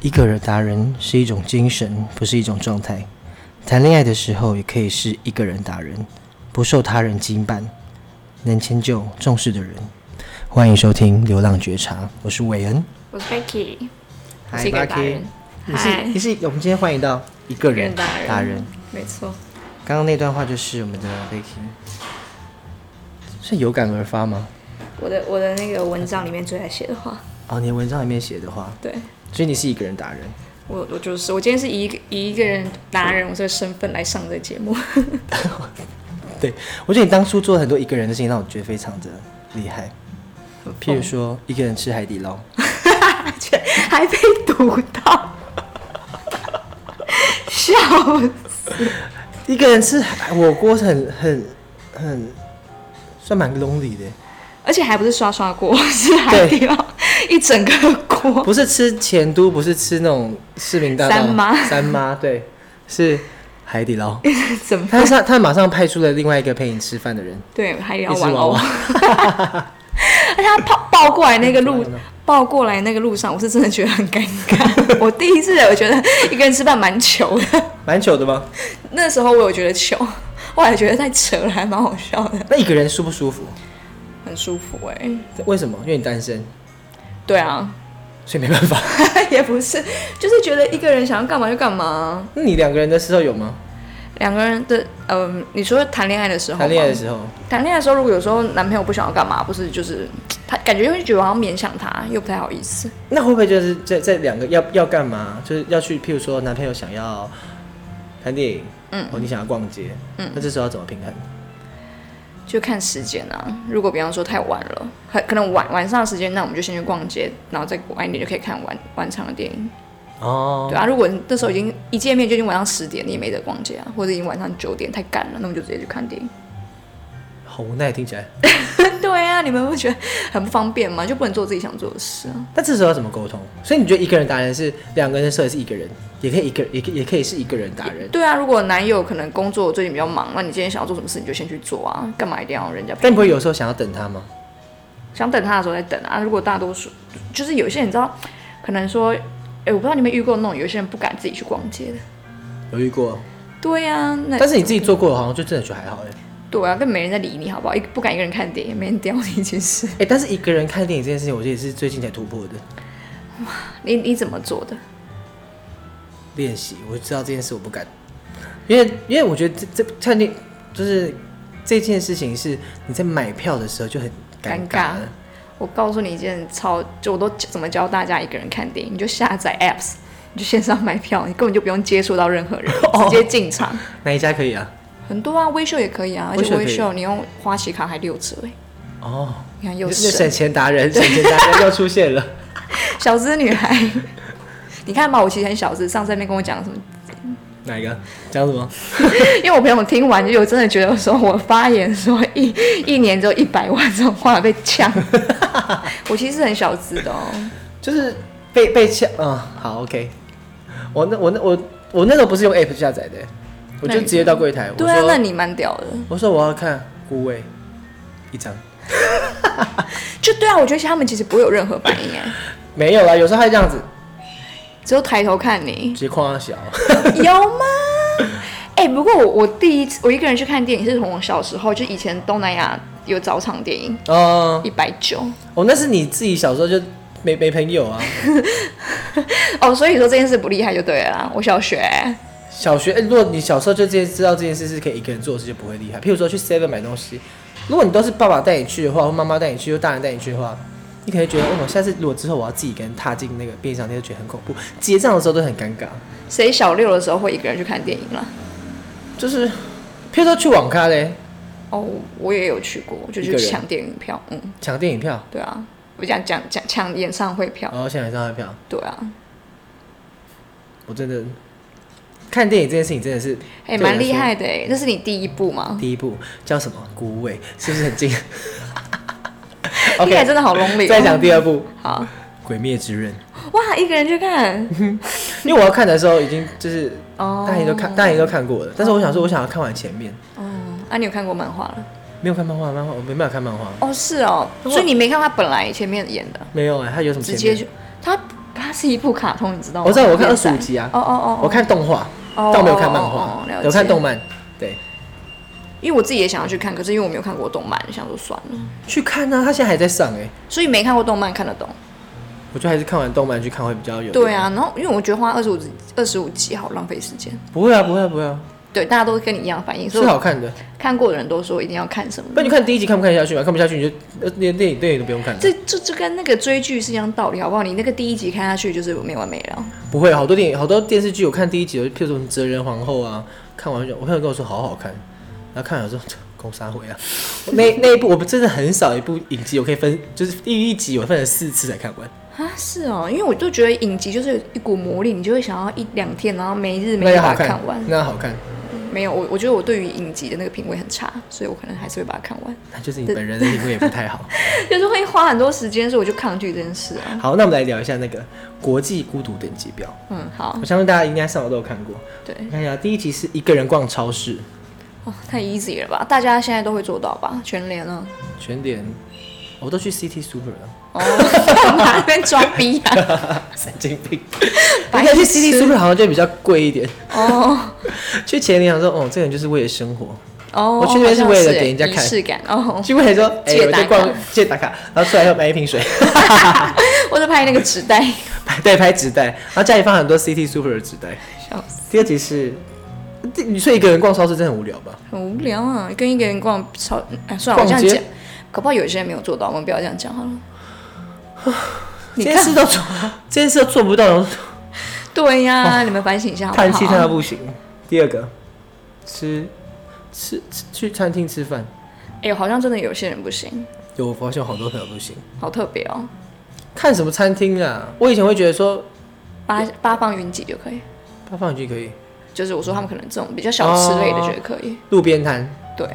一个人达人是一种精神，不是一种状态。谈恋爱的时候也可以是一个人达人，不受他人羁绊，能迁就重视的人。欢迎收听《流浪觉察》，我是韦恩。我是 Becky，我嗨是一个达人，你是嗨你是我们今天欢迎到一个人人达人达人。没错，刚刚那段话就是我们的 Vicky，是有感而发吗？我的我的那个文章里面最爱写的话，哦，你的文章里面写的话，对所以你是一个人达人。我我就是我今天是以一个以一个人达人我这个身份来上这个节目， 对，我觉得你当初做了很多一个人的事情，让我觉得非常的厉害。譬如说，一个人吃海底捞，却还被读到， 笑死，一个人吃海火锅是很很很算蛮 lonely 的，而且还不是刷刷锅，是海底捞一整个锅，不是吃前都，不是吃那种市民大道三妈三妈对，是海底捞。怎么他上他马上派出了另外一个陪你吃饭的人，对海底捞一只玩娃偶娃。。而且他抱抱过来那个 路怎么了，抱过来那个路上，我是真的觉得很尴尬。我第一次我觉得一个人吃饭蛮糗的，蛮久的吗？那时候我有觉得糗， 后来觉得太扯了，还蛮好笑的，那一个人舒不舒服？很舒服哎、为什么？因为你单身，对啊， 所以没办法。也不是，就是觉得一个人想要干嘛就干嘛。那你两个人的时候有吗？两个人的，嗯、你说谈恋爱的时候吗，谈恋爱的时候，谈恋爱的时候，如果有时候男朋友不想要干嘛，不是就是他感觉又觉得好像勉强他，又不太好意思。那会不会就是这这两个要要干嘛？就是要去，譬如说男朋友想要看电影，嗯，或你想要逛街，嗯，那这时候要怎么平衡？就看时间啊。如果比方说太晚了，很可能晚晚上的时间，那我们就先去逛街，然后再晚一点就可以看晚晚场的电影。哦，对啊，如果你那时候已经一见面就已经晚上十点，你也没得逛街啊，或者已经晚上九点太赶了，那么就直接去看电影。 好无奈，听起来。对啊，你们会觉得很不方便吗？就不能做自己想做的事啊？那这时候要怎么沟通？所以你觉得一个人达人是两个人的时候也是一个人，也可以一个也可以也可以是一个人达人，对啊，如果男友可能工作最近比较忙，那你今天想要做什么事你就先去做啊，干嘛一定要人家陪但你不会有时候想要等他吗？想等他的时候再等啊。如果大多数就是有些人你知道，可能说，哎、我不知道你们遇过那种有些人不敢自己去逛街的。有遇过，对呀、那但是你自己做过，好像就真的觉得还好哎、对啊，跟没人在理你，好不好？一不敢一个人看电影，没人屌你，其实。哎、但是一个人看电影这件事情，我觉得也是最近才突破的你你怎么做的？练习。我知道这件事我不敢，因为因为我觉得这这看电就是这件事情是你在买票的时候就很尴尬尴尬了。我告诉你一件超，就我都怎么教大家一个人看电影，你就下载 apps，你就线上买票，你 根本就不用接触到任何人，哦直接进场。哪一家可以啊？很多啊，微秀也可以啊，而微秀且也可以微秀你用花旗卡还六折哎、哦，你看那又省省。钱达 人，省钱达人又出现了。小资女孩， 你看吧，我其实很小资，上次在那边跟我讲什么，哪一个？讲什么？因为我朋友听完就有真的觉得说我发言说一一年只有一百万这种话被 呛，我其实很小资的哦，就是被被呛。嗯，好，OK。我那我那我我那时候不是用 App 下载的，我就那直你接到柜台，我对啊，那说你蛮屌的，我说我要看顾位一张。就对啊，我觉得他们其实不会有任何反应哎，没有啦，有时候还这样子，只有抬头看你直，接框小。 有吗？ 哎、不过我我第一次我一个人去看电影是从我小时候，就以前东南亚有早场电影哦，一百九哦，那是你自己小时候就没没朋友啊？哦，所以说这件事不厉害就对了啦，我小学、小学，哎，如果你小时候就这件知道这件事是可以一个人做的事，就不会厉害。譬如说去 Seven 买东西，如果你都是爸爸带你去的话，或妈妈带你去，或大人带你去的话，你可能觉得，哦，我下次如果之后我要自己一个人踏进那个便利商店，就觉得很恐怖。结账的时候都很尴尬，谁小六的时候会一个人去看电影啦？就是譬如说去网咖嘞，哦，我也有去过，就一去个人抢电影票。嗯，抢电影票，对啊，我讲讲讲抢演唱会票。然后现在张票，对啊，我真的看电影这件事情真的是对哎、啊我来蛮说厉害的哎，那是你第一部吗？第一部叫什么？孤味是不是很近 听起来？OK，真的好 lonely、哦。再讲第二部《好鬼灭之刃》，哇，一个人 去看因为我要看的时候已经就是哦。大家都看，大家都看过了，但是我想说，我想要看完前面，哦，啊，你有看过漫画了？没有看漫画，漫画我没办法看漫画，哦，是哦，所以你没看他本来前面演的，没有哎、它有什么直前接面？就他他是一部卡通，你知道吗？我知道我看连载25集啊哦哦哦，我看动画，哦但我没有看漫哦画哦了，解有看动漫。对，因为我自己也想要去看，可是因为我没有看过动漫，想说算了，去看啊，他现在还在上哎、所以没看过动漫看得懂。我觉得还是看完动漫去看会比较有。对，啊，然后因为我觉得花二十五二十五集好浪费时间。不会啊，不会啊，不会啊，对，大家都跟你一样反应，所是以好看的。看过的人都说一定要看什么不。然你看第一集看不看得下去嘛？看不下去你就呃连电影电影都不用看了。这这这跟那个追剧是一样道理，好不好？你那个第一集看下去就是没完没了。不会，好多电影、好多电视剧，我看第一集，譬如说什么《哲人皇后》啊，看完就我朋友跟我说好好看，然后看完我说公杀回啊，那那一部我们真的很少一部影集，我可以分就是第一集我分了四次才看完，啊，是哦，因为我就觉得影集就是有一股魔力，你就会想要一两天，然后没日没那夜要好把它看，看完。那要好看，没有，我我觉得我对于影集的那个品味很差，所以我可能还是会把它看 完，那就是你本人的品味也不太好。就是会花很多时间，所以我就抗拒这件事啊。好，那我们来聊一下那个国际孤独等级表，嗯，好我，相信大家应该上网都有看过。对，我看一下，第一集是一个人逛超市，哦，太 easy 了吧？大家现在都会做到吧？全联啊，全点，我都去 City Super 了， 哦，干嘛在那边装逼啊？神经病。白应该去痴 City Super 好像就比较贵一点。 哦去前年想说，哦，这个人就是为了生活，哦，我去那边是好像为了欸给人家仪看式感哦， 去为了说，哎、借我打在卡逛借打卡，然后出来要买一瓶水， 我在拍那个纸袋， 拍对，拍纸袋，然后家里放很多 City Super 的纸袋。笑死，第二集是，第你说一个人逛超市真的很无聊吧？很无聊啊，跟一个人逛超，哎，算了，我这逛样街讲，搞不好有些人没有做到，我们不要这样讲好了。这你件事看，都做，这件事都做不到，然后对呀、你们反省一下好不好？哦叹气叹到不行。第二个，吃吃吃去餐厅吃饭，哎、好像真的有些人不行，有我发现我好多朋友不行。好特别哦。看什么餐厅啊？我以前会觉得说八八方云集就可以，八方云集可以，就是我说他们可能这种比较小吃类的觉得可以。路边摊，对，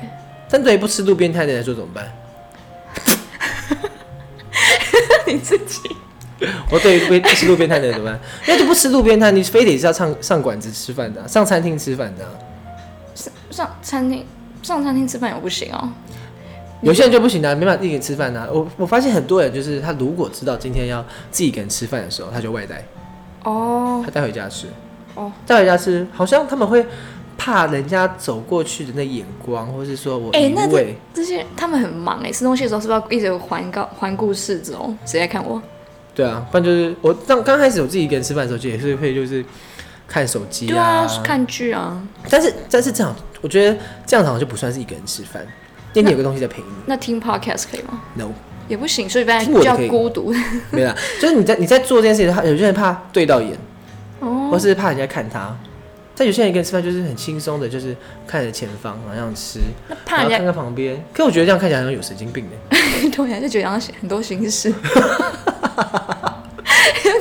但对于不吃路边摊的人来说怎么办？ 你自己我对于不吃路边摊的人怎么办？ 那就不吃路边摊，你非得是要上上馆子吃饭的啊、上餐厅吃饭的啊、上餐厅上餐厅吃饭也不行哦。有些人就不行啊，没办法自己吃饭啊。我我发现很多人就是他如果知道今天要自己一个人吃饭的时候，他就外带，哦他带回家吃。哦，带回家吃，好像他们会怕人家走过去的那眼光，或是说我哎、移那位这。这些他们很忙哎、吃东西的时候是不是要一直环顾环顾四周？谁在看我？对啊，不然就是我刚刚开始我自己一个人吃饭的时候，就也是会就是看手机对啊，看剧啊。但是但是这样，我觉得这样好像就不算是一个人吃饭，因为你有个东西在陪你。那听 podcast 可以吗？ No。 也不行，所以大家听我比的较可以孤 独。没啦，就是你在你在做这件事情，他有些人怕对到眼，哦，或是怕人家看他。但有些人一个人吃饭就是很轻松的，就是看着前方，然后这样吃，那怕然后人家看看旁边。可我觉得这样看起来好像有神经病欸呢。对啊呀，就觉得好像很多形 式，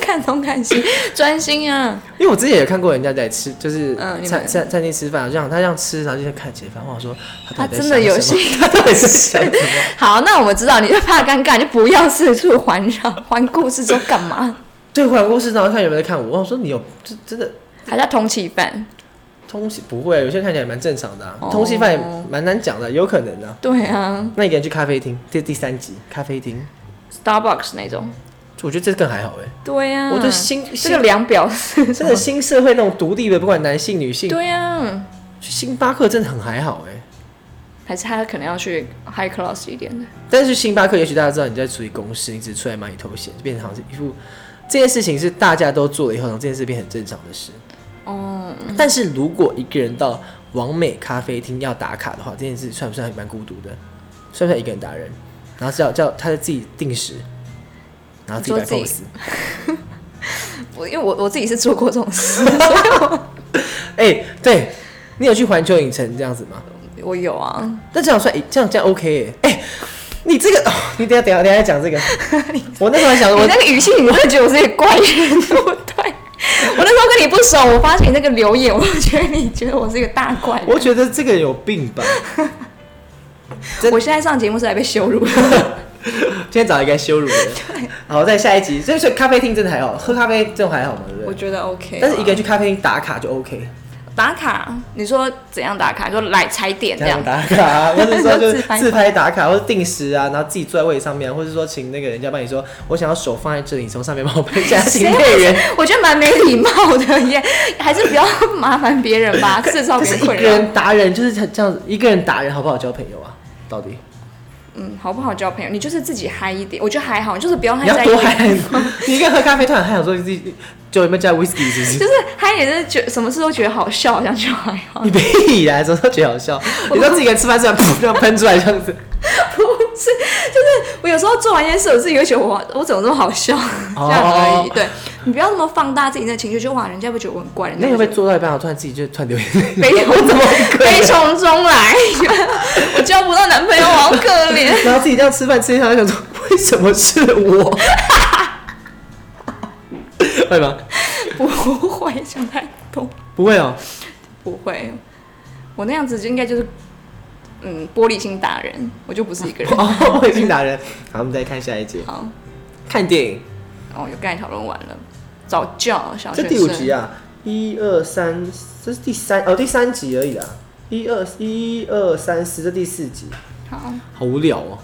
看东看西，专心啊。因为我之前也看过人家在吃，就是嗯你餐们餐餐厅吃饭，这样他这样吃，然后就在看前方。我想说他到底在他真的有想什么他 到底是想什么？好，那我们知道你就怕尴尬，你就不要四处环绕、环顾四周干嘛？对，忽然过世，然后看有没有在看我。我说你有这真的还在通气饭？通缉不会，有些人看起来蛮正常的、啊，哦通缉犯也蛮难讲的，有可能的、啊。对啊那一个人去咖啡厅，这是第三集咖啡厅， ，Starbucks 那种。我觉得这更还好哎、对呀、啊，我对新这个量表是真的新社会那种独立的，不管男性女性，对呀、啊，去星巴克真的很还好哎、还是他可能要去 high class 一点的。但是星巴克，也许大家知道你在处理公事，你只是出来买一头险，就变成好像是一副这件事情是大家都做了以后，然后这件事变很正常的事。哦、但是如果一个人到完美咖啡厅要打卡的话，这件事算不算还蛮孤独的？算不算一个人打人？然后叫叫他自己定时，然后自己摆你说自 pose。我因为我我自己是做过这种事， 所以我哎、对你有去环球影城这样子吗？我有啊。那这样算这样这样 OK 耶哎、你这个，哦、你等一下等一下等一下再讲这个。我那时候还想说 你我那个语气，你会觉得我是一个怪人，对不 对？我那时候跟你不熟，我发现你那个留言，我觉得你觉得我是一个大怪人。我觉得这个有病吧。真我现在上节目是来被羞辱的。 今天早上应该羞辱人。好，再下一集。所以所以咖啡厅真的还好，喝咖啡这种还好嘛，对不我对？觉得啊 OK，但是一个人去咖啡厅打卡就 OK。打卡，你说怎样打卡？就来踩点这这样样。打卡、啊，或者 说就自拍自拍打卡，或者定时啊，然后自己坐在位置上面，或者说请那个人家帮你说，我想要手放在这里，你从上面帮我拍一下新内人。我觉得蛮没礼貌的耶，还是不要麻烦别 人吧，制造就别是人一个困扰。人达人，就是这样子，一个人达人好不好交朋友啊？到 底嗯，好不好交朋友？你就是自己嗨一点，我觉得还好，就是不用太你要在意多。嗨， 你一个人喝咖啡突然嗨，想说你自己酒里面加 whisky 是不？就是是嗨也是觉什么事都觉得好笑，好像就还好。你屁呀，怎么都觉得好笑？你知道自己一个人吃饭突然 噗这样喷出来这样子，我有时候做完一件事，我自己会觉得我我怎么这么好笑，这样而哦已。对你不要那么放大自己的情绪，就哇，人家会觉得我很怪，人那家会不会会做到一半，我突然自己就突然流眼泪？ 悲我怎么可能悲从中来，我交不到男朋友，我好可怜。然后自己这样吃饭吃一下，想说 为什么是我？ 会吗？ 不会想太多，不会哦，不会。我那样子就应该就是，嗯，玻璃心打人，我就不是一个人。哦，我已经打人。好，我们再看下一集，好，看电影，哦，有刚才讨论完了，早教小学这生。第五集啊，一二三，这是第三哦，第三集而已啦，一二一二三四，这第四集，好，好无聊哦。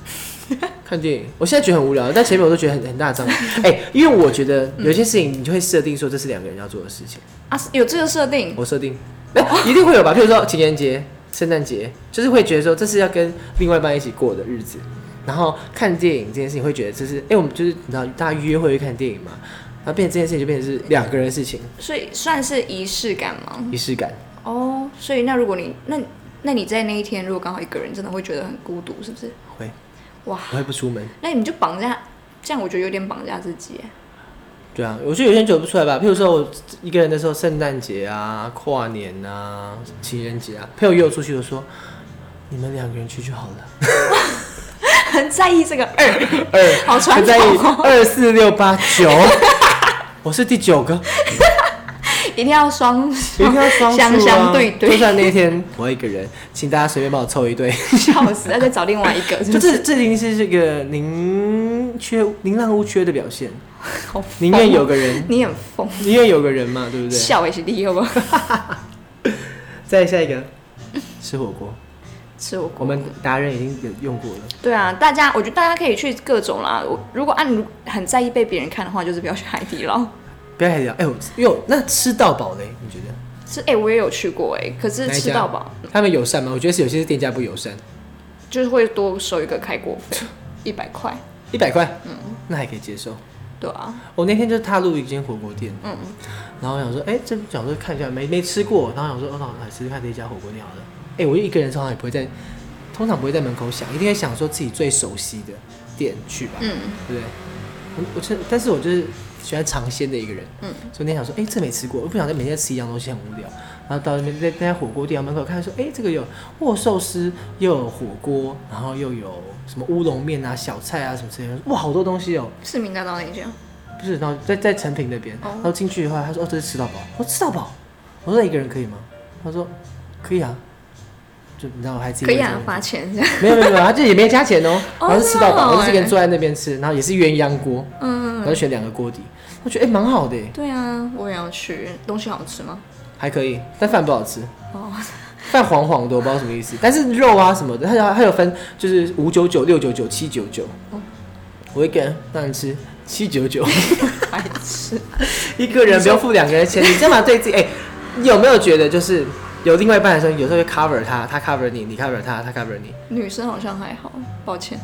看电影，我现在觉得很无聊，但前面我都觉得很很大张。哎、因为我觉得有些事情你就会设定说这是两个人要做的事情。啊，是有这个设定，我设定，那、一定会有吧？譬如说情人节、圣诞节，就是会觉得说这是要跟另外一半一起过的日子。然后看电影这件事情，会觉得这是，哎、我们就是你知道，大家约会去看电影嘛，然后变成这件事情就变成是两个人的事情，所以算是仪式感吗？仪式感。哦，所以那如果你那那你在那一天如果刚好一个人，真的会觉得很孤独，是不是？会，哇，我会不出门。那你们就绑架，这样我觉得有点绑架自己。对啊，我觉得有些人走不出来吧。譬如说我一个人的时候，圣诞节啊、跨年啊、情人节啊，朋友约我出去，我说你们两个人去就好了。很 在意这个二，二， 好传很在意统哦二四六八九， 我是第九个。一定要双一定要双数啊相相对就对，算那天 我一个人，请大家随便帮我凑一对。笑死，那再找另外一个， 就就这是这已经是这个宁缺宁滥勿缺的表现，好疯宁愿有个人，你很疯， 宁愿有个人嘛，对不对？笑也是厉害吧？再下一个，吃火锅，吃火锅，我们达人已经有用过了，对啊，大家我觉得大家可以去各种啦。我如果按、你很在意被别人看的话，就是不要去海底捞。不要太聊。哎呦，因为我那吃到饱嘞，你觉得？是哎、我也有去过哎、可是哪一吃家到饱，他们友善吗？我觉得是有些是店家不友善，就是会多收一个开锅费，一百块。一百块，嗯，那还可以接受。对啊，我那天就踏入一间火锅店，嗯，然后我想说，哎、这想说看一下，没没吃过，然后想说，哦，那我来吃吃看这一家火锅店好了。哎、我就一个人通常也不会在，通常不会在门口想，一定会想说自己最熟悉的店去吧，嗯，对不对？我我是，但是我就是喜欢尝鲜的一个人，嗯，所以那天想说，哎、这没吃过，我不想再每天吃一样东西，很无聊。然后到那边在在火锅店门口看，说，哎、这个有握寿司，又有火锅，然后又有什么乌龙面啊、小菜啊什么之类的，哇，好多东西哦。市民大道那一家，不是，然后在在成品那边，哦然后进去以后，他说：“哦，这是吃到饱。”我说：“吃到饱。”我说：“那一个人可以吗？”他说：“可以啊。”就你知道，我还自己可以为这啊个，罚钱这样。没有没有没有，他就也没加钱哦， 哦然后是吃到真的饱，哦我就自己一个人坐在那边吃，然后也是鸳鸯锅，然嗯，后选两个锅底，我觉得哎蛮好的耶，对啊，我也要去。东西好吃 吗？还可以，但饭不好吃，哦，饭黄黄的，我不知道什么意思，但是肉啊什么的，它有它有分就是五九九、六九九、七九九哦，我一个人让人吃七九九。白痴。一个人不用付两个人钱，你这么对自 己，哎、你有没有觉得就是有另外一半的时候，你有时候会 cover 他，他 cover 你，你 cover 他，他 cover 你，女生好像还好，抱歉。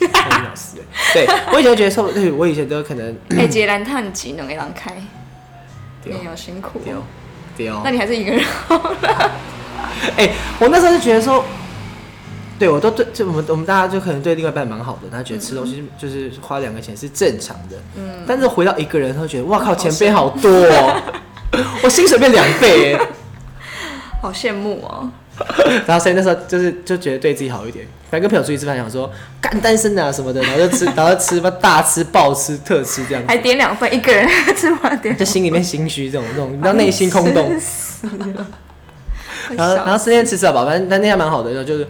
很哎老实。对我以前觉得说，对我以前都可能 哎、杰兰探集能给人开，对哦你有辛苦哦、丢丢，那你还是一个人 好了。哎、我那时候就觉得说。对，我都对，就我们我们大家就可能对另外一半蛮好的，然后觉得吃东西就是花两个钱是正常的。嗯，但是回到一个人，他会觉得哇靠，钱倍好多、哦， 我薪水变两倍耶。好羡慕哦、然后所以那时候就是就觉得对自己好一点，反正跟朋友出去吃饭，想说干单身的啊什么的，然后就吃，然后吃吧大吃暴吃特吃这样子，还点两份，一个人吃完 点就心里面心虚这种这种，你知道内心空洞。烦死了。然后然后后那天吃吃到饱，反正但那天还蛮好的，然后就是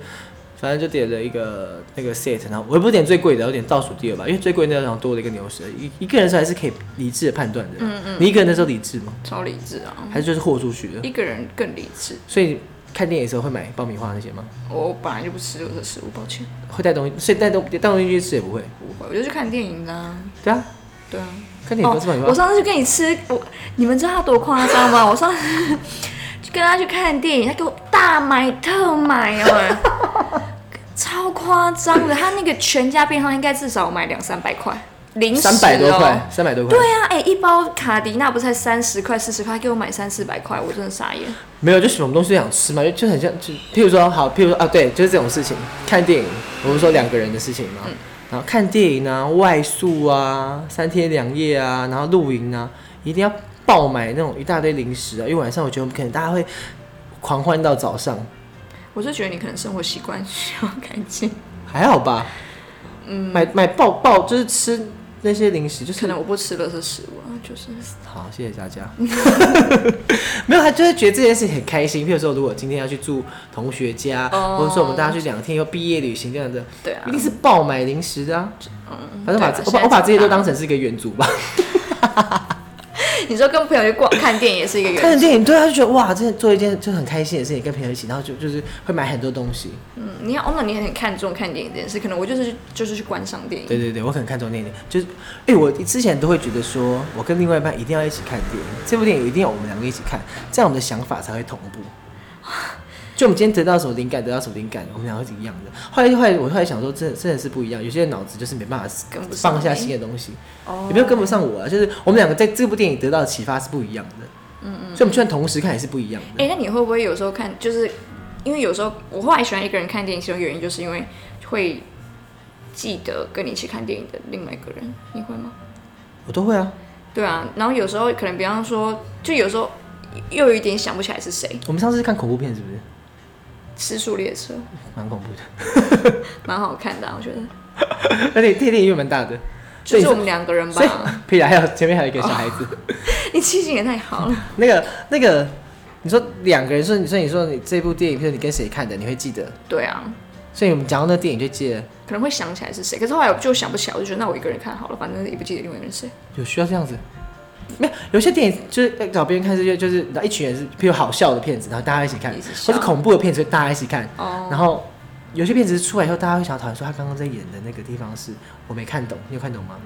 反正就点了一个那个 set，然后我也不点最贵的，我点倒数第二吧，因为最贵那张多了一个牛舌，一一个人的时候还是可以理智的判断的。嗯嗯。你嗯一个人的时候理智吗？超理智啊，还是就是豁出去的？一个人更理智。所以看电影的时候会买爆米花那些吗？我本来就不吃有色食物，抱歉，会带东西，所以带东带东西去吃也不会。不会，我就去看电影的、啊。对啊，对啊，看电影不是爆米花。我上次去跟你吃，我你们知道他多夸张吗？我上次去跟他去看电影，他给我大买特买 哦，超夸张的。他那个全家便当应该至少我买两三百块，零食、哦、三百多块，。三百多块对。啊，哎、一包卡迪娜不才三十块、四十块，他给我买三四百块，我真的傻眼。没有，就什么东西都想吃嘛，就就很像，就譬如说，好，譬如说啊，对，就是这种事情，看电影，我们说两个人的事情嘛，嗯然后看电影啊，外宿啊，三天两夜啊，然后露营啊，一定要爆买那种一大堆零食啊，因为晚上我觉得我们可能大家会狂欢到早上，我是觉得你可能生活习惯需要改进，还好吧？嗯，买买爆爆就是吃那些零食，就是可能我不吃垃圾食物啊，就是好，谢谢大 家。 没有，他就是觉得这件事情很开心。譬如说，如果今天要去住同学家，哦或者说我们大家去两天又毕业旅行这样的，对啊一定是爆买零食的啊。嗯，反正把这、对啊我把我把这些都当现成是一个远足吧。在长大你说跟朋友去逛看电影也是一个原看因，着电影，对啊，就觉得哇，真的做一件就很开心的事情，跟朋友一起，然后就就是会买很多东西。嗯，你看，哦，那你很看重看电影这件事，可能我就是就是去观赏电影，对对对，我很看重电影，就是哎、我之前都会觉得说，我跟另外一半一定要一起看电影，这部电影一定要我们两个一起看，这样我们的想法才会同步。啊就我们今天得到什么灵感，得到什么灵感，我们两个是一样的。后来后来我后来想说，真的真的是不一样，有些人脑子就是没办法跟不上放下你新的东西，哦也没有跟不上我啊。就是我们两个在这部电影得到的启发是不一样的，嗯嗯，所以我们就算同时看也是不一样的。哎、那你会不会有时候看，就是因为有时候我后来喜欢一个人看电影，其中原因就是因为会记得跟你一起看电影的另外一个人，你会吗？我都会啊，对啊，然后有时候可能比方说，就有时候又有一点想不起来是谁，我们上次是看恐怖片是不是？ 《失速列车》蛮恐怖的， 蛮好看的、啊，我觉得，而且电影院蛮大的，所就以是我们两个人所以吧， 屁啦，还有前面还有一个小孩哦子。你记性也太好了，那个那个，你说两个人说，你说你说你这部电影，譬如你跟谁看的，你会记得，对啊，所以我们讲到那电影就记得，可能会想起来是谁，可是后来我就想不起来，我就觉得那我一个人看好了，反正也不记得另外一个人是谁。有需要这样子。没有，有些电影就是呃找别人看是就就是一群人是，譬如好笑的片子，然后大家一起看一起，笑或是恐怖的片子，大家一起看。哦然后有些片子出来以后，大家会想讨论说他刚刚在演的那个地方是我没看懂，你有看懂吗？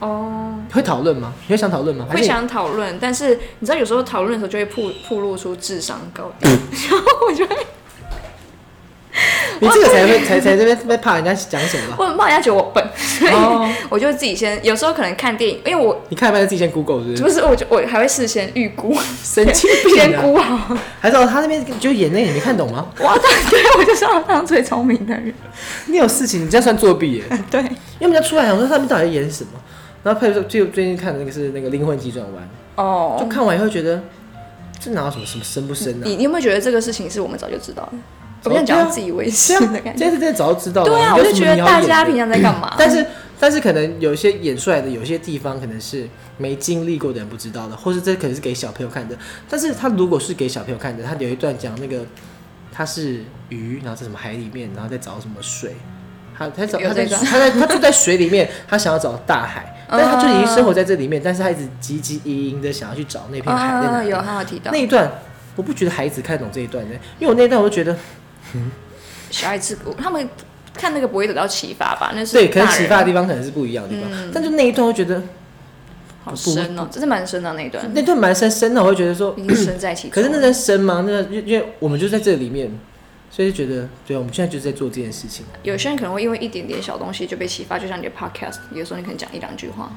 哦，会讨论吗？你会想讨论吗？还会是你想讨论，但是你知道有时候讨论的时候就会曝曝露出智商高 低，然后我就会你这个才会才才这边被怕人家讲什么吧？我很怕人家觉得 我笨，所以哦我就自己先有时候可能看电影，因为我你看一半自己先 Google 是不是？不是我就我还会事先预估，神经病先啊！估好，还是哦他那边就演那个你没看懂 吗？我要当对我就是要当最聪明 的人，你有事情，你这样算作弊耶？对，要不然出来想说他们到底在演什么？然后配合就最近看的那个是那个《灵魂急转弯》，就哦，看完以后觉得这哪有什么什么深不深啊？你你有没有觉得这个事情是我们早就知道的？我早跟你对讲啊自以为这是 样的感这觉，样是真的早就知道了。对啊，你我有就什觉么得你要大演家的平常在干嘛？ 但是但是可能有一些演出来的有一些地方可能是没经历过的人不知道的，或是这可能是给小朋友看的。但是他如果是给小朋友看的，他有一段讲那个他是鱼，然后在什么海里面，然后在找什么水。他他找有他在这段他在他住在水里面，他想要找大 海，但是他就已经生活在这里面，但是他一直汲汲营营的想要去找那片海在哪啊，里有。他有提到那一段我不觉得孩子看懂这一段的，因为我那一段我就觉嗯得小孩子他们看那个不会得到启发吧？那是对，可能大人启发的地方可能是不一样的地方，嗯但就那一段我觉得好深哦，真是蛮深的那一段，那段蛮深深的，我会觉得说已经身在其中。可是那段深吗？那段因因为我们就在这里面，所以就觉得，对，啊我们现在就是在做这件事情。有些人可能会因为一点点小东西就被启发，就像你的 podcast，有时候你可能讲一两句话，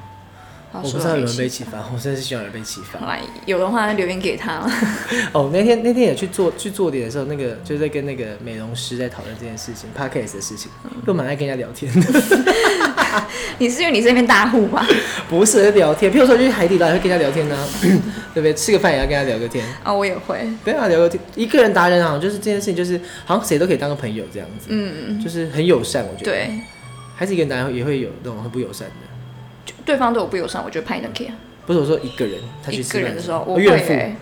我然后不哦说知道有人被启发，我真的是希望有人被启发。来有的话留言给他。 哦，那天那天也去做去做脸的时候，那个就在跟那个美容师在讨论这件事情 p a d k a s 的事情，嗯又蛮爱跟人家聊天的。 你是因为你是那边大户吧？不是聊天，譬如说去海底捞也会跟人家聊天呢、啊 对不对？吃个饭也要跟他聊个天。啊、我也会。对啊，聊个天，一个人达人好像就是这件事情，就是好像谁都可以当个朋友这样子，嗯，就是很友善。我觉得，对，还还是一个人达人也会有那种很不友善的。就对方对我不友善，我就拍一张给他。不是我说一个人，他去一吃个饭人的时候，哦我会、怨妇，欸。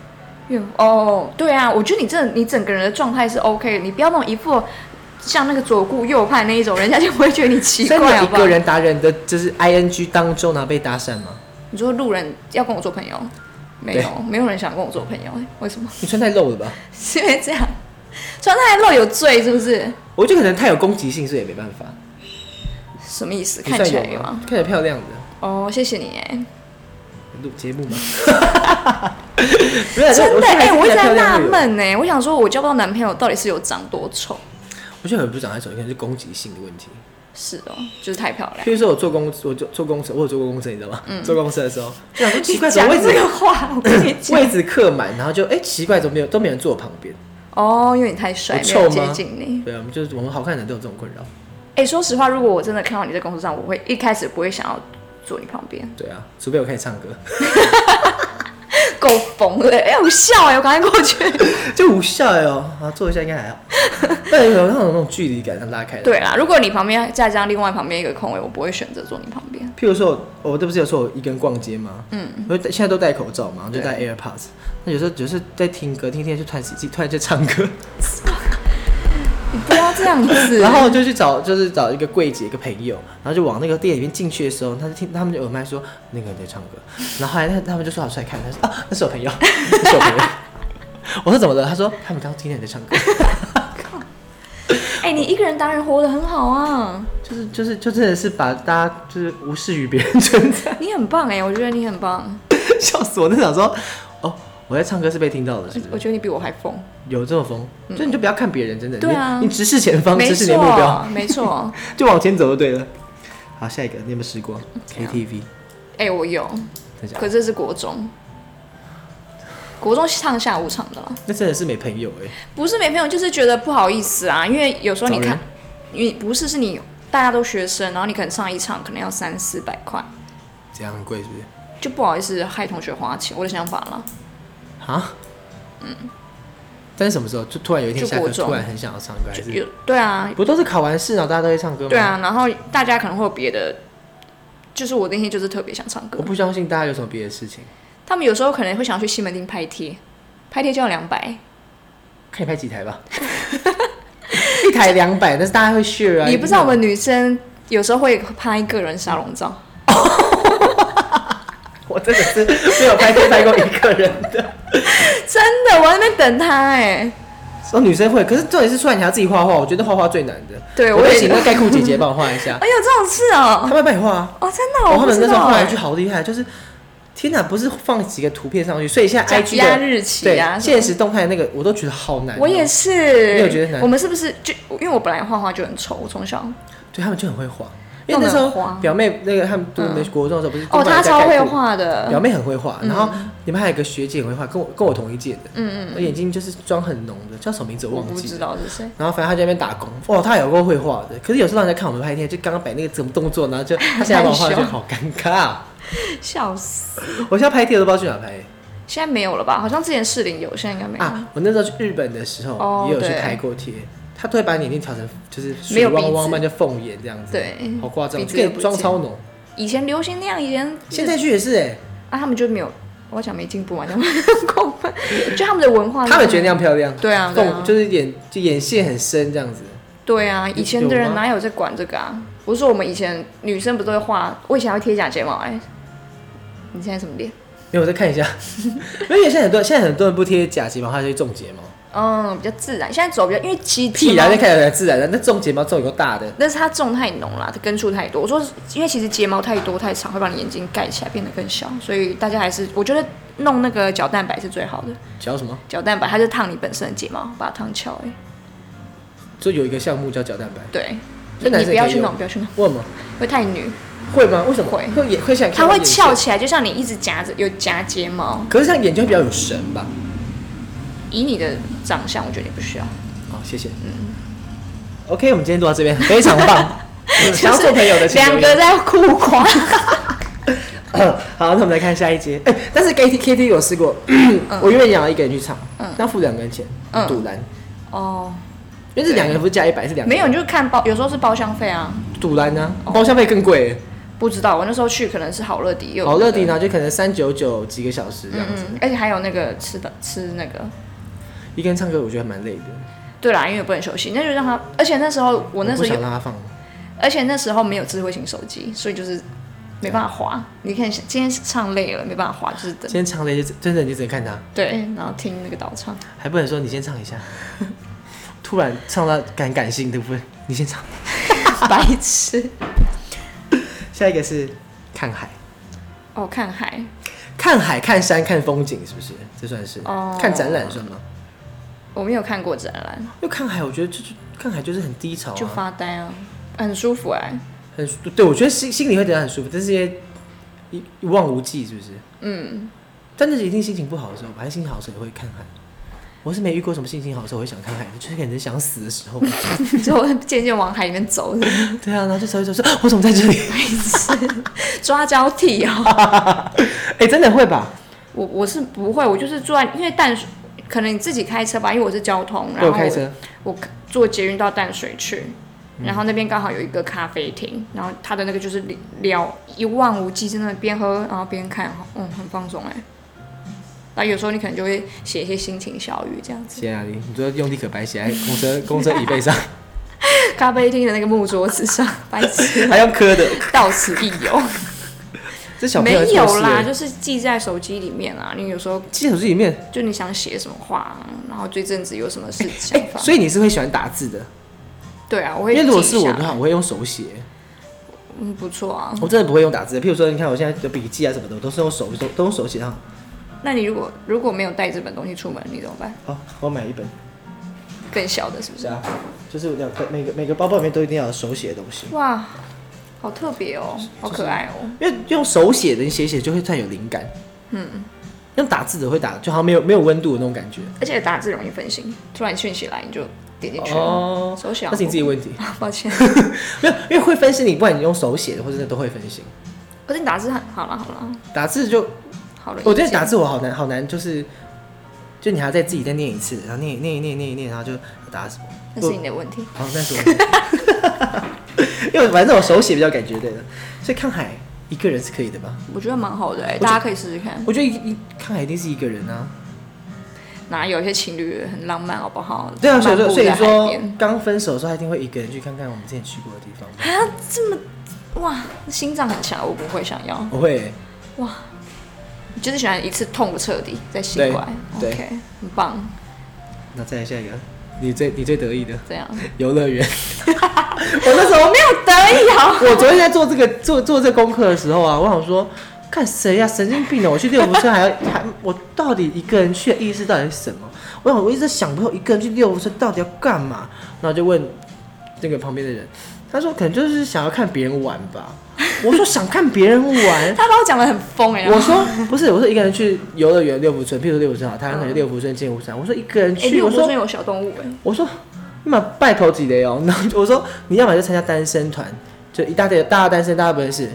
怨妇哦，对啊，我觉得你这你整个人的状态是 OK 的，你不要那种一副像那个左顾右盼那一种，人家就不会觉得你奇所以你怪，有好一不好个？人打人的就是 I N G 当中然后被搭讪吗？你说路人要跟我做朋友，没有，没有人想跟我做朋友，哎为什么？你穿太露了吧？是 因为这样，穿太露有罪是不是？我觉得可能太有攻击性，所以也没办法。什么意思？你看算起来啊有吗？吗？看起来漂亮的哦，谢谢你哎，录节 目吗？没有真的哎、哎，我一直在在纳。闷哎，我想说我交不到男朋友到底是有长多丑？我觉得很不长太丑，可能是攻击性的问题。是哦，就是太漂 亮。譬如说我坐公，我就坐公车，我有坐过公车，你知道吗？嗯坐公车的时候，就想说奇怪，怎讲么位这置个话，我跟你 讲位置客满，然后就哎、奇怪，怎么没有都没有人坐我旁边？哦，因为你太我帅，没有人臭吗接近你。对啊，我们就是我们好看的人都有这种困扰。哎、说实话，如果我真的看到你在公车上，我会一开始不会想要坐你旁边， 对啊，除非我开始唱歌，够疯了哎、我笑哎、我赶快过 去。 就无效哎哦，啊，坐一下应该 还好。但有那种那种距离感，它拉开了。对啦，如果你旁边再加上另外旁边一个空位，我不会选择坐你旁边。譬如说我，我这不是有说我一个人逛街吗？嗯，我就现在都戴口罩嘛，我就戴 AirPods。那有时候有时候在听歌，听听就突然自己突然就唱歌，你不要这样 子。然后就去找就是找一个柜姐一个朋友，然后就往那个店里面进去的时候，他就听他们就耳麦说那个人在唱歌，然后后来他他们就说好出来看，他说啊那是我朋友，那是我 朋友。我说怎么了？他说他们刚刚听见你在唱歌，哎、你一个人当然活得很好啊，就是就是就真的是把大家就是无视于别人存在， 你很棒哎、我觉得你很棒，笑死我！那想说哦我在唱歌是被听到的，是不是我？觉得你比我还疯。有这种风，就你就不要看别人，真的，对啊你你直视前方，没直视你的目错标，，没错。就往前走就对了。好，下一个，你有没有试过 KTV？哎、我有，等一下嗯可这是国中，国中上下午场的啦，那真的是没朋友哎、不是没朋友，就是觉得不好意思啊，因为有时候你找看人，你不是是你大家都学生，然后你可能上一场可能要三四百块，这样很贵是不是？就不好意思害同学花钱，我的想法啦。啊？嗯。但是什么时候就突然有一天就下国课，中突然很想要唱歌，还有是对啊，不都是考完试然后大家都会唱歌吗？对。啊，然后大家可能会有别的，就是我那天就是特别想唱歌我，不相信大家有什么别的事情。他们有时候可能会想去西门町拍贴，拍贴就要两百，看你拍几台吧， 一台两百，但是大家会 share 啊。你不知道我一定们女生有时候会拍个人沙龙照。的，我真的是没有拍过拍过一个人的。真的，我在那边等他哎、 哦，女生会，可是重点是出来你还要自己画画，我觉得画画最难的。对我我会也请那个盖库姐姐帮我画一 下，哎呦，这种事她哦、会帮你画啊。哦，真的，然后我他不们知那时候道画哎、一句好厉害，就是天哪，不是放几个图片上去，所以现在加 IG 加的日期对啊什么现实动态那个我都觉得好难哦。我也是，你有觉得难我们是不是就因为我本来画画就很丑，我从小对他们就很会画，因为那我们那时候很花表妹那个他们读美国中的时候不是哦，她他超会，画的表，妹很会画，嗯然后你们还有一个学姐很会画，跟我跟我同一届的，嗯嗯，眼睛就是妆很浓的，叫什么名字我我忘不记了知。道是谁。然后反正他就在那边打工，哦，他有够会画的。可是有时候让人家看我们拍片，就刚刚摆那个怎么动作，然后就他现在帮我画， 就好尴尬啊。笑死！我现在拍贴我都不知道去哪拍现在没有了吧？好像之前士林有，现在应该没有。啊！我那时候去日本的时候、哦也有去对拍过贴，他都会把眼睛调成就是没水有鼻汪汪子嘛，就凤眼这样子，对好夸张，鼻子这个也不妆见超浓。以前流行那样，以前现在去也是哎、啊，他们就没有，我讲没进步嘛，讲 过分，就他们哦的文化，他们觉得那样漂亮，对啊，对啊凤，就是眼就眼线很深这样子。对啊，以前的有人吗哪有在管这个啊？不是我们以前女生不都会画，我以前还会贴假睫毛哎、你现在什么脸？没有，我再看一 下，因为现在很多现在很多人不贴假睫毛，他就去种睫毛，嗯，比较自然。现在走比较，因为其实屁睫毛啦，那看起来很自然的，那种睫毛种有够大的。但是它重太浓了，它根数太多。我说，因为其实睫毛太多太长，会把你眼睛盖起来，变得更小。所以大家还是，我觉得弄那个角蛋白是最好的。叫什么？角蛋白它就烫你本身的睫毛，把它烫翘哎、就有一个项目叫角蛋白，对，所以男你生不要可以去用弄，不要去弄，为什么？会太女。会吗？为什么会会也会像它会翘眼起来，就像你一直夹着有夹睫毛。可是像眼睛会比较有神吧？以你的长相，我觉得你不需要。好，谢谢。OK，我们今天录到这边，非常棒。 想要做朋友的请留两言个在 互夸。 好，那我们来看下一节。哎、但是 K T K T 有试过，我原本想要一个人去唱，要付两个人钱，嗯赌蓝，哦，因为这两个人不是加一百是两个没人，有，你就看包，有时候是包厢费啊。赌蓝呢，包厢费更贵，不知道，我那时候去可能是好乐迪，有好乐迪呢，呢就可能三九九几个嗯小时这样子，嗯，而且还有那个吃的吃那个，一个人唱歌我觉得蛮累的，对啦，因为不能休息，那就让他。而且那时候我那时不候想有，让他放。而且那时候没有智慧型手机，所以就是没办法滑。你看今天唱累了，没办法滑，就是等今天唱的就真的你就只能看他，对，然后听那个导唱。还不能说你先唱一下。突然唱到感感性的部分，你先唱。白痴。 下一个是看海，哦，看海，看海、看山、看风景，是不是？这算是、哦看展览算吗？我没有看过展览，因为看海，我觉得就是看海就是很低潮、啊，就发呆啊， 很舒服哎、很舒对，我觉得心心里会觉得很舒服，但是也一一望无际，是不是？嗯，但是一定心情不好的时候，反正心情好的时候也会看海。我是没遇过什么心情好的时候我会想看海，就是感觉想死的时 候。就渐渐往海里面走，对啊，然后就走一走说，我怎么在 这里？抓交替哦。 哎、真的会吧？我我是不会，我就是坐在，因为淡水可能你自己开车吧，因为我是交通，我然有后开车，嗯我坐捷运到淡水去，然后那边刚好有一个咖啡厅，然后它的那个就是聊一望无际，真的边喝然后边看，嗯，很放松哎、然后有时候你可能就会写一些心情小语这样子，写哪里？啊你说用力可白写在公 车公车椅背上，咖啡厅的那个木桌子上， 白痴，还用磕的，到此一游。这小朋没友的措有施啦，欸。就是记在手机里面啊。你有时候记在手机里面。就你想写什么话，然后这阵子有什么事想哎、法，所以你是会喜欢打字的，对啊，我会因为如果记一是我下的话，我会用手写。嗯，不错啊。我真的不会用打字，譬如说，你看我现在的笔记啊什么的，我都是用手都都用手写上。那你如果如果没有带这本东西出门，你怎么办？哦，我买一本。更小的是不是是？啊，就是两个每个每个包包里面都一定要有手写的东西，哇，好特别哦，好可爱哦。因为用手写的你写写就会太有灵感。嗯，用打字的会打，就好像没有没有温度的那种感觉。而且打字容易分心，突然讯息来你就点进去了，哦手小那是你自己的问题， 抱 歉。没有，因为会分心你，不管你用手写的或者是都会分心。而且你打字很好了，好了，打字就，好了。我觉得打字我好难好难，就是就你还要再自己再念一次，然后念念念念念，然后就打什么？那是你的问题。好，再说。 因为反正我手写比较感觉对的，所以看海一个人是可以的吧？我觉得蛮好的哎、觉大家可以试试看。我觉得一一看海一定是一个人啊。哪有一些情侣很浪漫，好不好？对啊，所以漫说，步所以在海说边刚分手的时候，他一定会一个人去看看我们之前去过的地方。 还要这么哇，心脏很强，我不会想要，我会，就是喜欢一次痛个彻底再醒过来。对 OK，很棒，那再来下一个，你最你最得意的 这样哎游乐园。 我那时候没有得意啊好。我昨天在做这个做做这功课的时候啊，我想说，看谁呀、神经病哦！我去六福村还要还我到底一个人去的意思到底是什么？我想我一直在想不透，一个人去六福村到底要干嘛？然后就问那个旁边的人，他说可能就是想要看别人玩吧。我说想看别人玩， 他把我讲的很疯哎、然后我说不是，我说一个人去游乐园六福村，譬如说六福村啊，台湾可能六福村、建武山，我说一个人哎，去，六我福村说有小动物哎、我说你妈拜头几雷 哦，然后我说你要么就参加单身团，就一大堆大家单身，大家不认识，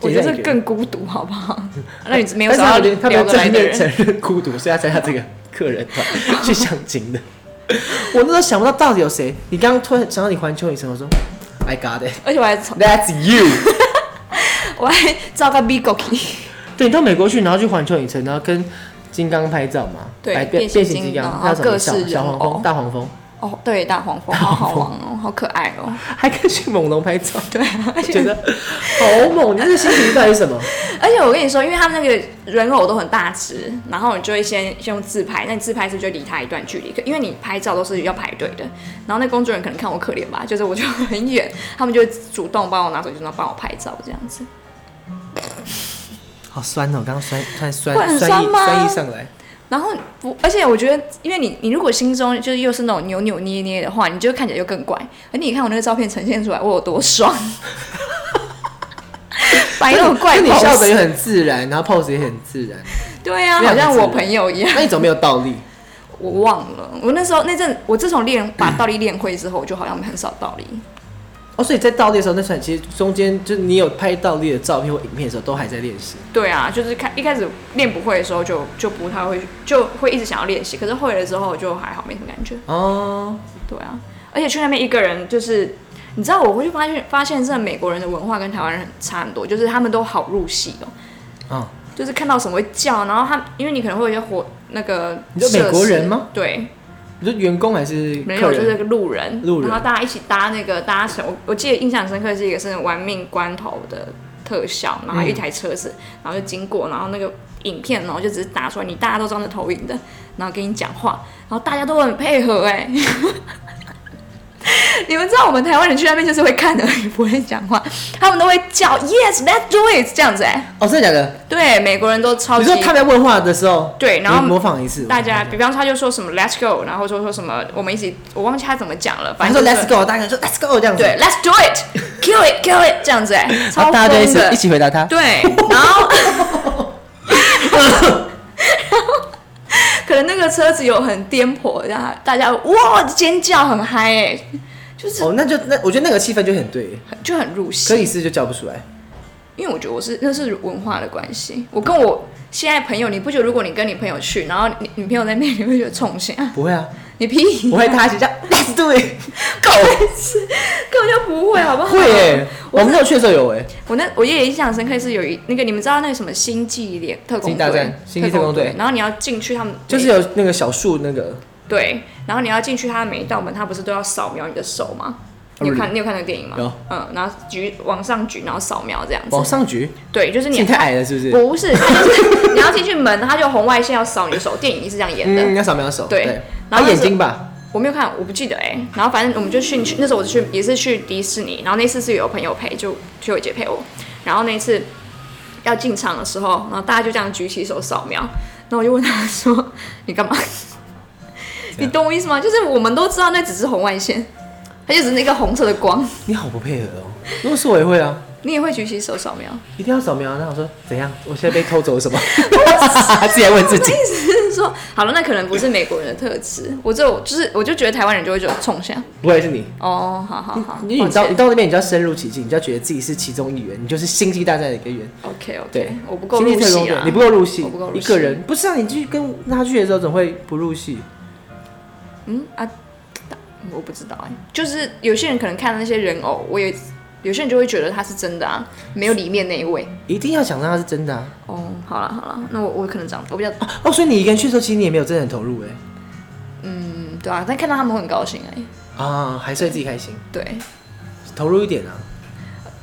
我觉得一这个人更孤独，好不好？ 那你没有但是找到他们他聊们得来正的面人，承认孤独，所以他参加这个客人团去相 亲的。我那时候想不到到底有谁，你刚刚突然想到你环球影城，我说 I got 而且我还 it，that's you。我还照个 B g o k 对，你到美国去，然后去环球影城，然后跟金刚拍照嘛，对白变变形形金金刚，刚还有什么各小式人小黄偶蜂、大黄蜂。哦，对，大黄蜂，好好玩哦，好可爱哦。还可以去猛龙拍照，对啊，我而觉且得好猛！你这个心情到底是什么？而且我跟你说，因为他们那个人偶都很大只，然后你就会先先用自拍，那你自拍是不是就离他一段距离，可因为你拍照都是要排队的。然后那工作人员可能看我可怜吧， 就是我就很远，他们就会主动帮我拿手机，然后帮我拍照这样子。 好酸哦，刚刚酸突然酸会很酸酸意吗酸意上来，然后不，而且我觉得，因为你你如果心中就是又是那种扭扭捏捏的话，你就看起来就更怪。 而你看我那个照片呈现出来，我有多爽， 摆那种哎怪就你 pose 笑的也很自然，然后 pose 也很自然， 对啊，非常 好像自我然朋友一样。那你怎么没有倒立？我忘了，我那时候那阵，我自从练把倒立练会之后，我就好像很少倒立。哦，所以在倒立的时候，那算其实中间就是你有拍倒立的照片或影片的时候，都还在练习。对啊，就是看一开始练不会的时候就，就不太会，就会一直想要练习。可是会了之后就还好，没什么感觉。哦，对啊，而且去那边一个人，就是你知道，我会去发现发现，这美国人的文化跟台湾人很差很多，就是他们都好入戏哦，哦，就是看到什么会叫，然后他因为你可能会有一些活那个你说美国人吗设施？对，你说员工还是没客有，就人？是个路人，路人然后大家一起搭那个搭乘，我我记得印象深刻是一个是玩命关头的特效，然嗯后一台车子，然后就经过，然后那个影片，然后就只是打出来，你大家都装着投影的，然后跟你讲话，然后大家都很配合、哎， 你们知道我们台湾人去那边就是会看而已，不会讲话，他们都会叫 Yes, let's do it 这样子、哎，哦，真的假的？对，美国人都超你级说他们在问话的时候，对，然后你模仿一次，大家，比方说他就说什么 Let's go，然后就说什么我们一起，我忘记他怎么讲了，他反说正就是 Let's go，大家说 Let's go 这样子，对，Let's do it，kill it，kill it，这 样子哎、然超啊后大家就一疯起的一，起回答他。对，然后， 可能那个车子有很颠簸，然后大家哇尖叫很嗨哎、就是哦，那就那我觉得那个气氛就很对，很就很入可戏，以是就叫不出来。因为我觉得我是那是文化的关系，我跟我。现在朋友，你不觉得如果你跟你朋友去，然后你你朋友在那边，你会觉得冲线啊？不会啊，你屁！我会大家一 起叫 Let's do it。狗吃，根本就不会，好不好？会耶，我 我没有去的时候有哎，我那我也印象深刻是有一那个你们知道那个什么星际联特工星际大队战，星际特工队然后你要进去他们就是有那个小树那个，对，然后你要进去他的每一道门，他不是都要扫描你的手吗？你有看你有看那个电影吗？哦有，嗯，然后举往上举，然后扫描这样往子，上举，对，就是你你太矮了是不是？不是，他就是你要进去门，他就红外线要扫你的手，电影也是这样演的，嗯，要扫描手，对对，然然后后那眼时睛吧，我没有看，我不记得哎、然后反正我们就去去那时候我去也是去迪士尼，然后那次是有朋友陪，就就有姐陪我。然后那一次要进场的时候，然后大家就这样举起手扫描，然后我就问他说：“ 你干嘛？你懂我意思吗？就是我们都知道那只是红外线，它就只是那个红色的光。你好不配合哦。如果是我也会啊，你也会举起手扫描？一定要扫描啊。那我说怎样？我现在被偷走了 什么？自己来问自己。意思是说，好了，那可能不是美国人的特质。我只有就是，我就觉得台湾人就会觉得冲下不会是你，哦，好好好，因为你到你到那边，你就要深入其境，你就要觉得自己是其中一员，你就是星际大战的一个员。 OK OK，对我不够星际入特工戏队啊，你不够入戏我不够，入一戏个人不是啊？你去跟他去的时候，怎么会不入戏？嗯啊，我不知道哎、就是有些人可能看那些人偶，我也有些人就会觉得他是真的啊，没有里面那一位。一定要想让他是真的啊！哦，好了好了，那我我可能长我比较哦，所以你一个人去的时候，其实你也没有真的很投入哎、嗯对啊，但看到他们会很高兴哎、啊，还是会自己开心，对，投入一点啊。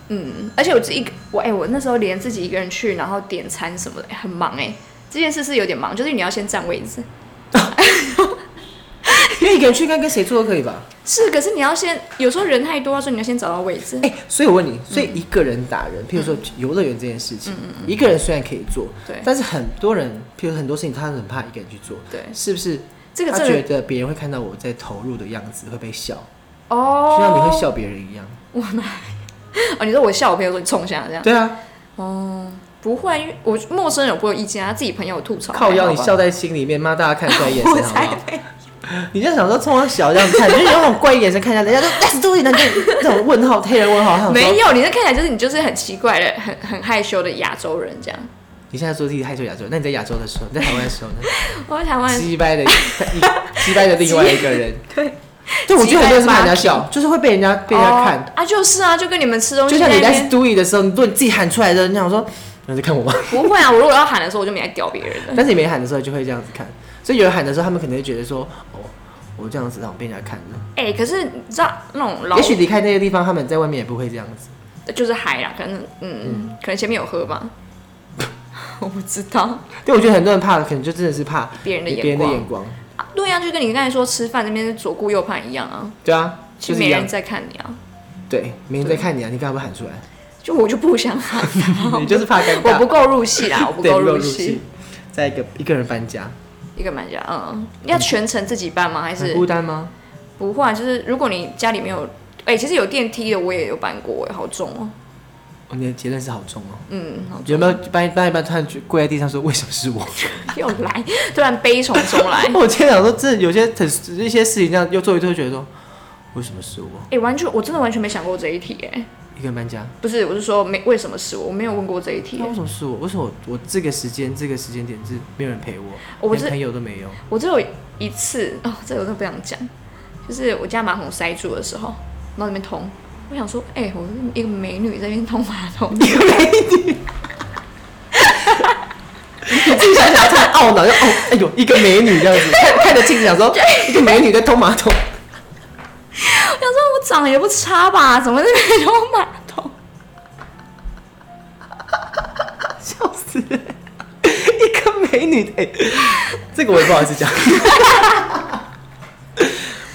嗯，而且我自己一个我哎、我那时候连自己一个人去，然后点餐什么的、哎很忙哎、这件事是有点忙，就是你要先占位置。因为一个人去，应该跟谁住都可以吧？是，可是你要先，有时候人太多，所以你要先找到位置。哎、所以我问你，所嗯以一个人打人，譬如说游乐园这件事情，一个人虽然可以做，对但是很多人，譬如很多事情，他很怕一个人去做，对是不是？这个他真觉的得别人会看到我在投入的样子，会被笑，哦就，像你会笑别人一样。哦，你说我笑我朋友说你冲下这样，对啊，哦，不会，因为我陌生人我不会有意见啊，自己朋友吐槽还好靠吧。腰，你笑在心里面，妈，大家看出来眼 我神好不才好？你就想说冲我小这样看，你就用那种怪异眼神看一下，人家就 Let's do it，那就那种问号，黑人问号，他想说没有，你这看起来就是你就是很奇怪的、很很害羞的亚洲人这样。你现在说自己害羞亚洲人，那你在亚洲的时候，你在台湾的时候呢？我在台湾，击败的击败的另外一个人。对，对，我觉得很多人是怕人家击败笑，就是会被人家被人家看。哦啊，就是啊，就跟你们吃东西就像在你那在边 do it 的时候，你如果你自己喊出来的，你想说有人在看我吗？ 不会啊，我如果要喊的时候，我就没来屌别人了。但是你没喊的时候就会这样子看，所以有人喊的时候，他们可能会觉得说，哦，我这样子让我被人家看了。哎、可是你知道那种老也，许离开那个地方，他们在外面也不会这样子。就是嗨啦，可能嗯，可能前面有喝吧， 我不知道。对，我觉得很多人怕，可能就真的是怕别人的眼别人的光眼光。啊对啊，就跟你刚才说吃饭那边是左顾右盼一样啊，对啊，就就是没一样人。在看你啊，对，没人在看你啊，你干嘛不喊出来？就我就不想喊啊 你就是怕尴我不尬，够入戏啦，我不对，够不够入戏戏。。在一个一个人搬家，一个买家，嗯，要全程自己搬吗？还很是孤单吗？不会啊？就是如果你家里没有，哎、其实有电梯的我也有搬过，哎，好重哦，哦，你的结论是好重哦。嗯，好重，有没有搬一搬一搬，突然就跪在地上说：“为什么 是我又来，突然悲从中来，哎、？”我今天想说，真的有些很一些事情这样又做一做，觉得说为什么是我？哎完全，我真的完全没想过这一题，哎，一个人搬家，不是，我是说没为什么是我，我没有问过这一题那，为什么是我？为什么我我这个时间这个时间点是没有人陪我，我不是连朋友都没有？我只有一次哦，这个我都不想讲，就是我家马桶塞住的时候，然后那边通，我想说，哎、我一个美女在那边 通马桶，你自己想想看，懊恼，就哦，哎呦，一个美女这样子，看看着镜子想说，一个美女在通马桶，想说我长得也不差吧，怎么那边有马桶？笑死人！一个美女，哎、这个我也不好意思讲。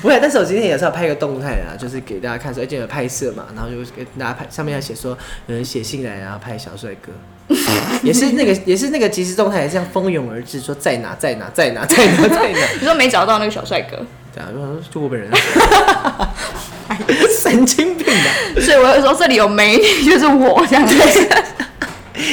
不会，但是我今天也是要拍一个动态啊，就是给大家看说，哎、今天有拍摄嘛，然后就给大家拍，上面要写说有人写信来，然后拍小帅哥，也是那个也是那个即时动态，也是这样蜂拥而至，说在哪在哪在哪在哪在哪，你说没找到那个小帅哥，对啊，我想说就我本人啊， 哎神经病啊！所以我就说这里有美女就是我这样子。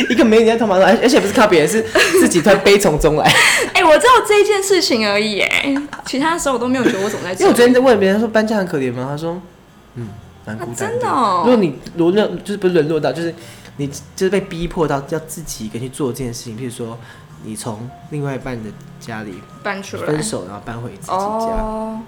一个美女在头马桶，而而且不是靠别人，是自己突然悲从 中来。 哎、我知道这一件事情而已，哎，其他的时候我都没有觉得我怎么在因为这我昨里。天在问别人说搬家很可怜吗？他说，嗯，蛮孤单、啊真的哦如果你沦落，就是不是沦落到，就是你就是被逼迫到要自己一个人去做这件事情，譬如说你从另外一半的家里搬出来分手，然后搬回自己家。哦，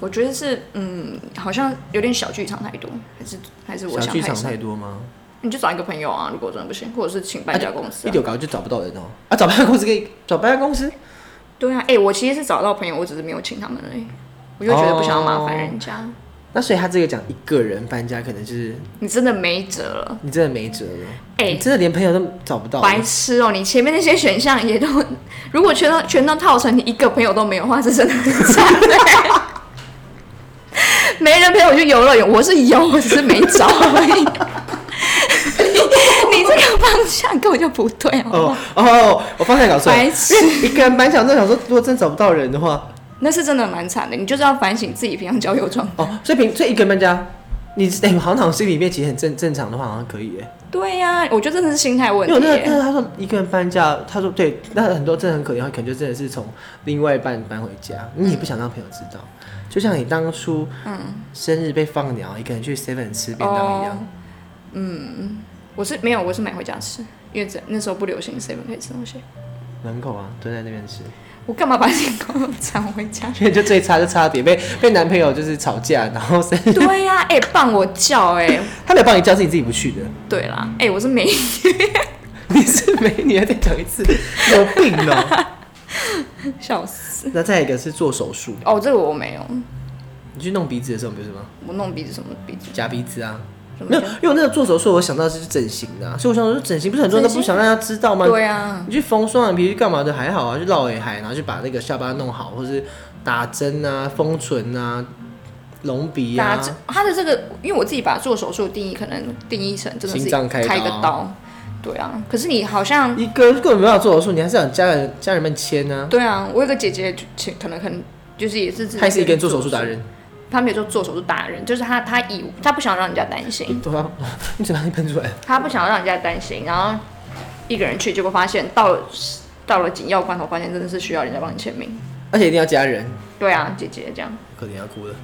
我觉得是嗯，好像有点小剧场太多，还是还是我小想剧太场少。太多吗？你就找一个朋友啊，如果真的不行，或者是请搬家公司、一啊。丢搞就找不到人哦。啊，找搬家公司可以找搬家公司，对啊，哎、我其实是找到朋友，我只是没有请他们而已。我就觉得不想要麻烦人哦家，那所以他这个讲一个人搬家，可能就是你真的没辙了，你真的没辙了，哎你真的连朋友都找不到了，白痴哦、你前面那些选项也都， 如果全都全都套成你一个朋友都没有的话，这真的很惨、欸。 没人陪我去游乐园，我是有，我只是没找而已。 你你这个方向根本就不对好不好哦哦，我方向搞错了，白痴因为一个人蛮想，就想说，如果真找不到人的话，那是真的蛮惨的。你就是要反省自己平常交友状态。哦，所以平所以一个人搬家，你哎、好像好像心里面其实很正正常的话，好像可以耶。对呀、我觉得真的是心态问因为我题、那个，但欸。是他说一个人搬家，他说对，那很多真的很可怜，可能就真的是从另外一半搬回家，你也不想让朋友知道，就像你当初嗯生日被放鸟，一个人去 Seven 吃便当一样。哦，嗯，我是没有，我是买回家吃，因为这那时候不流行 seven 可以吃东西。门口啊，蹲在那边吃， 我干嘛把星 光抢回家？所以就最差就差点被被男朋友就是吵架，然后生日对呀、哎、棒我叫哎、他没有帮你叫，是你自己不去的， 对啦，哎、我是美女，你是美女，还再讲一 次，有病哦、 笑死。 那再一个是做手术，哦，这个我没有，你去弄鼻子的时候不是吗？我弄鼻子什么鼻子？夹鼻子啊？什么没有，因为我那个做手术，我想到是整形的、啊，所以我想说整形不是很多人都不想让他知道吗？对啊，你去缝双眼皮去干嘛的还好啊，去绕尾海，然后去把那个下巴弄好，或是打针啊、封唇啊、隆鼻打啊。这他的这个，因为我自己把做手术定义可能定义成真的心是脏开刀开个刀，对啊。可是你好像一个根本没有做手术，你还是想家人家人们签啊。对啊，我有个姐姐，就其可能可能就是也是自己他也是一个人做手术达人，她没有说做手术打人，就是她她以她不想让人家担心，对啊， 你嘴巴里喷出来，她不想让人家担心，然后一个人去，结果发现到了到了紧要关头，发现真的是需要人家帮你签名。而且一定要家人，对啊，姐姐这样，可能要哭了。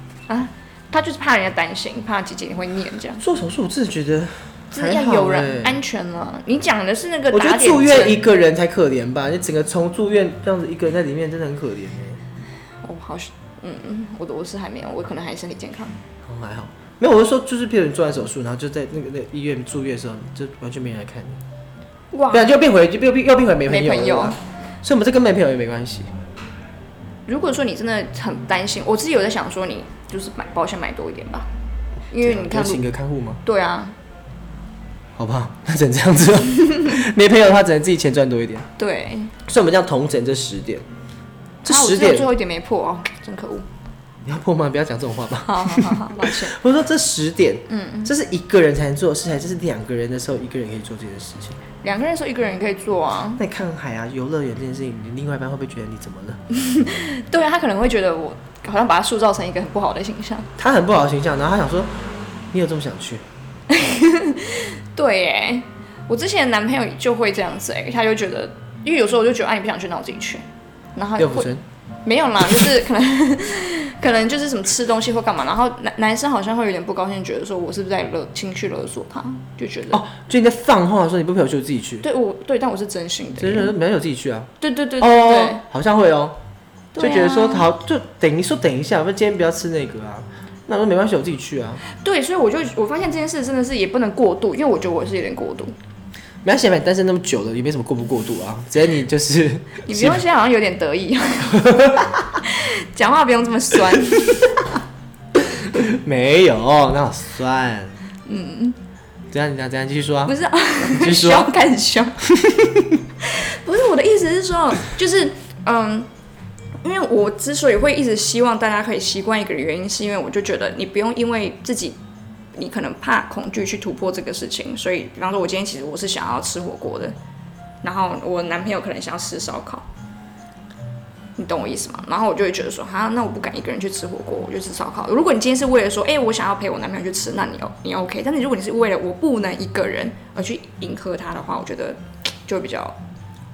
她就是怕人家担心，怕姐姐会念这样，做手术我真的觉得只是还要好有欸人安全了。你讲的是那个我觉打得点住院一针，个人才可怜吧，你整个从住院这样子一个人在里面，真的很可怜哎、我好像嗯嗯，我的我是还没有，我可能还身体健康。好像还好，没有，我是说，就是譬如你做完手术，然后就在那个那个医院住院的时候，就完全没人来看你，哇不，啊然就变回就又变又变回没朋友哦没朋友了啊。所以我们这跟没朋友也没关系，如果说你真的很担心，我自己有在想说，你就是买保险买多一点吧，因为你看有，请个看护吗？对啊，好不好？ 那只能这样子了，没朋友的话只能自己钱赚多一点。对，所以我们这样同整这十点，这啊我十只有点最后一点没破哦，真可恶。你要破吗？不要讲这种话吧。好好 好好，抱歉。我说这十点，嗯，这是一个人才能做的事，还是这是两个人的时候一个人可以做这件事情？两个人的时候，一个人也可以做啊。那你看海啊，游乐园这件事情，你另外一半会不会觉得你怎么了？嗯对啊，他可能会觉得我好像把他塑造成一个很不好的形象。他很不好的形象，然后他想说，你有这么想去？对耶，我之前的男朋友就会这样子哎，他就觉得，因为有时候我就觉得，哎、你不想去，那我自己去。然后他六福会村没有啦，就是可能 可能就是什么吃东西或干嘛，然后男男生好像会有点不高兴，觉得说我是不是在勒情绪勒索他，就觉得、哦，就你在放话说你不陪我去，我自己去。对我对，但我是真心的所以就耶。说没有自己去啊。对对对对对哦，好像会哦，就对啊觉得说好，就等于说等一下，我今天不要吃那个啊。那我说没关系，我自己去啊。对，所以我就我发现这件事真的是也不能过度，因为我觉得我是有点过度。没关系嘛，你单身那么久了，也没什么过不过度啊。只要你就是，你不用现在好像有点得意， 讲话不用这 么酸。没有，那好酸。嗯，怎样？你讲怎样？继续说啊不。是啊， 继续说凶开始凶。不是我的意思是说，就是嗯，因为我之所以会一直希望大家可以习惯一个原因，是因为我就觉得你不用因为自己。你可能怕恐惧去突破这个事情，所以，比方说，我今天其实我是想要吃火锅的，然后我男朋友可能想要吃烧烤，你懂我意思吗？然后我就会觉得说，哈，那我不敢一个人去吃火锅，我就吃烧烤。如果你今天是为了说，哎、我想要陪我男朋友去吃，那你要你 OK。但是如果你是为了我不能一个人而去迎合他的话，我觉得就会比较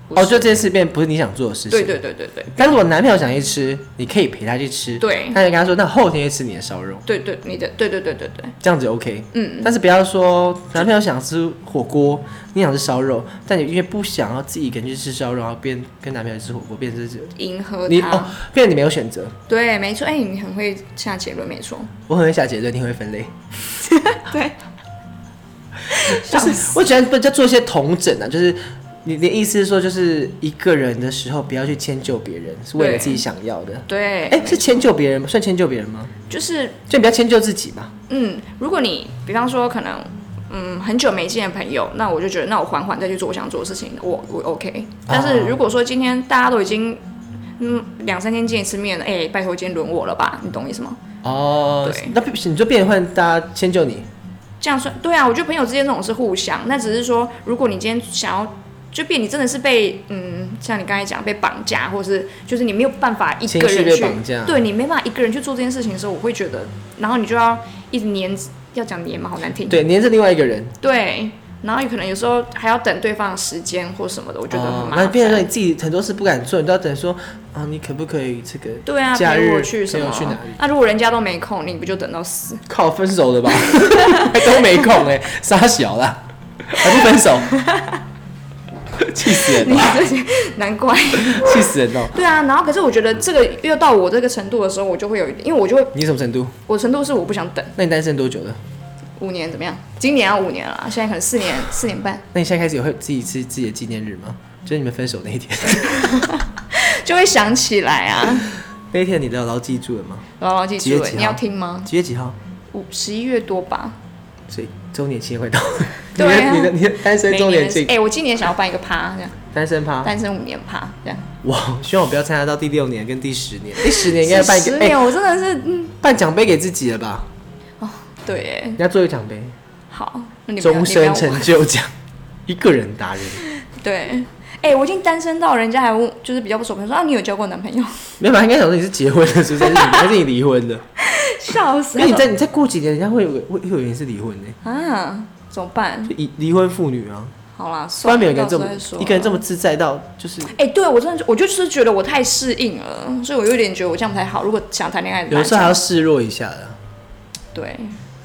不哦，是就这件事变不是你想做的事情。对对对对对但是我男朋友想去吃，你可以陪他去吃。对他就跟他说，那后天去吃你的烧肉，对对，你的对对对对对，这样子 OK。嗯，但是不要说男朋友想吃火锅，你想吃烧肉，但你因为不想要自己一个人去吃烧肉，然后变跟男朋友吃火锅，变成是迎合你他，哦，变成你没有选择。对，没错，哎、你很会下结论，没错，我很会下结论，你很会分类。对，我觉得不叫做一些同整啊，就是你的意思是说，就是一个人的时候不要去迁就别人，是为了对自己想要的。对，哎、是迁就别人吗？算迁就别人吗？就是就你不要迁就自己嘛。嗯，如果你比方说可能嗯很久没见的朋友，那我就觉得那我缓缓再去做我想做的事情，我我 OK。但啊是如果说今天大家都已经嗯两三天见一次面了，哎、拜托今天轮我了吧，你懂我意思吗？哦对那你就变换大家迁就你。这样算对啊，我觉得朋友之间这种是互相，那只是说如果你今天想要。就变你真的是被嗯，像你刚才讲被绑架，或是就是你没有办法一情个绪人被去绑架对你没办法一个人去做这件事情的时候，我会觉得，然后你就要一直黏，要讲黏嘛，好难听。对，黏着另外一个人，对，然后有可能有时候还要等对方的时间或什么的，我觉得很哦，麻那烦。变成说你自己很多事不敢做，你都要等说啊，你可不可以这个对啊，假陪日我去什陪么？我去哪里那如果人家都没空，你不就等到死？靠分手 了吧？还都没空哎、傻小啦，还不分 手，气死人你了，这些 难怪。气死人了！对啊，然后可是我觉得这个越到我这个程度的时候，我就会有一点，因为我就会你什么程度？我程度是我不想等那你单身多久了？五年怎么样？今年要五年了，啊现在可能四 年四年半那你现在开始也会自己吃自己的纪念日吗？就是你们分手那一天， 就会想起来啊。那一天你牢牢记住了吗？牢牢记几月住了，几号你要听吗？几月几号？五十一月多吧。所以周年庆会到，你的、对啊你的你的单身每周年年庆哎、，我今年想要办一个趴，这样单身趴，单身五年趴，这样。哇！希望我不要参加到第六年跟第十年，第十年应该办一个十哎、年，我真的是嗯，办奖杯给自己了吧？对耶，你要做一个奖杯，好，那你不要终你身不要成就 奖，一个人达人。对，哎、我已经单身到人家还问，就是比较不熟，朋友说啊，你有交过男 朋友？没有吧？应该想说你是结婚了，是不是？还是你 还是你离婚了？笑死！因为你再你再过几年，人家会有会会有人是离婚的、啊，怎么办？就离离婚妇女啊，好啦，不然算没了，有一个人这到时么候再说。啊一个人这么自在到就是哎、对我真的就，我就是觉得我太适应了，所以我有点觉得我这样不太好。如果想谈恋爱，有的时候还蛮要示弱一下的。对，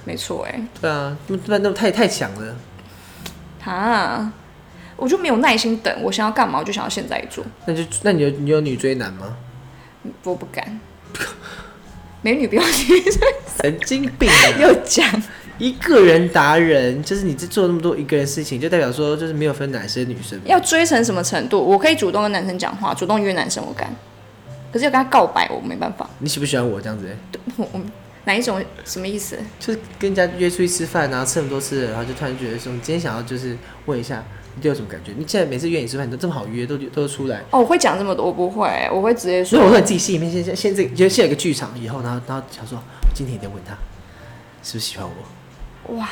没错，哎，对啊，那那那太太强了。啊，我就没有耐心等，我想要干嘛我就想要现在做，那就那你有你有女追男吗？我不 敢。美女不要 去神经病、啊！又讲，一个人达人，就是你这做那么多一个人事情，就代表说就是没有分男生女生。要追成什么程度？我可以主动跟男生讲话，主动约男生我敢，可是要跟他告白我没办法。你喜不喜欢我这样子欸、我我哪一种什么意思？就是跟人家约出去吃饭啊，吃很多次，然后就突然觉得说，你今天想要就是问一下，你对我有什么感觉？你现在每次约你吃饭，你都这么好约，都都出来。哦，我会讲这么多，我不会，我会直接所说以我说你自己心里面现在现在就现在有一个剧场以后，然后然后想说，今天一定要问他是不是喜欢我，哇，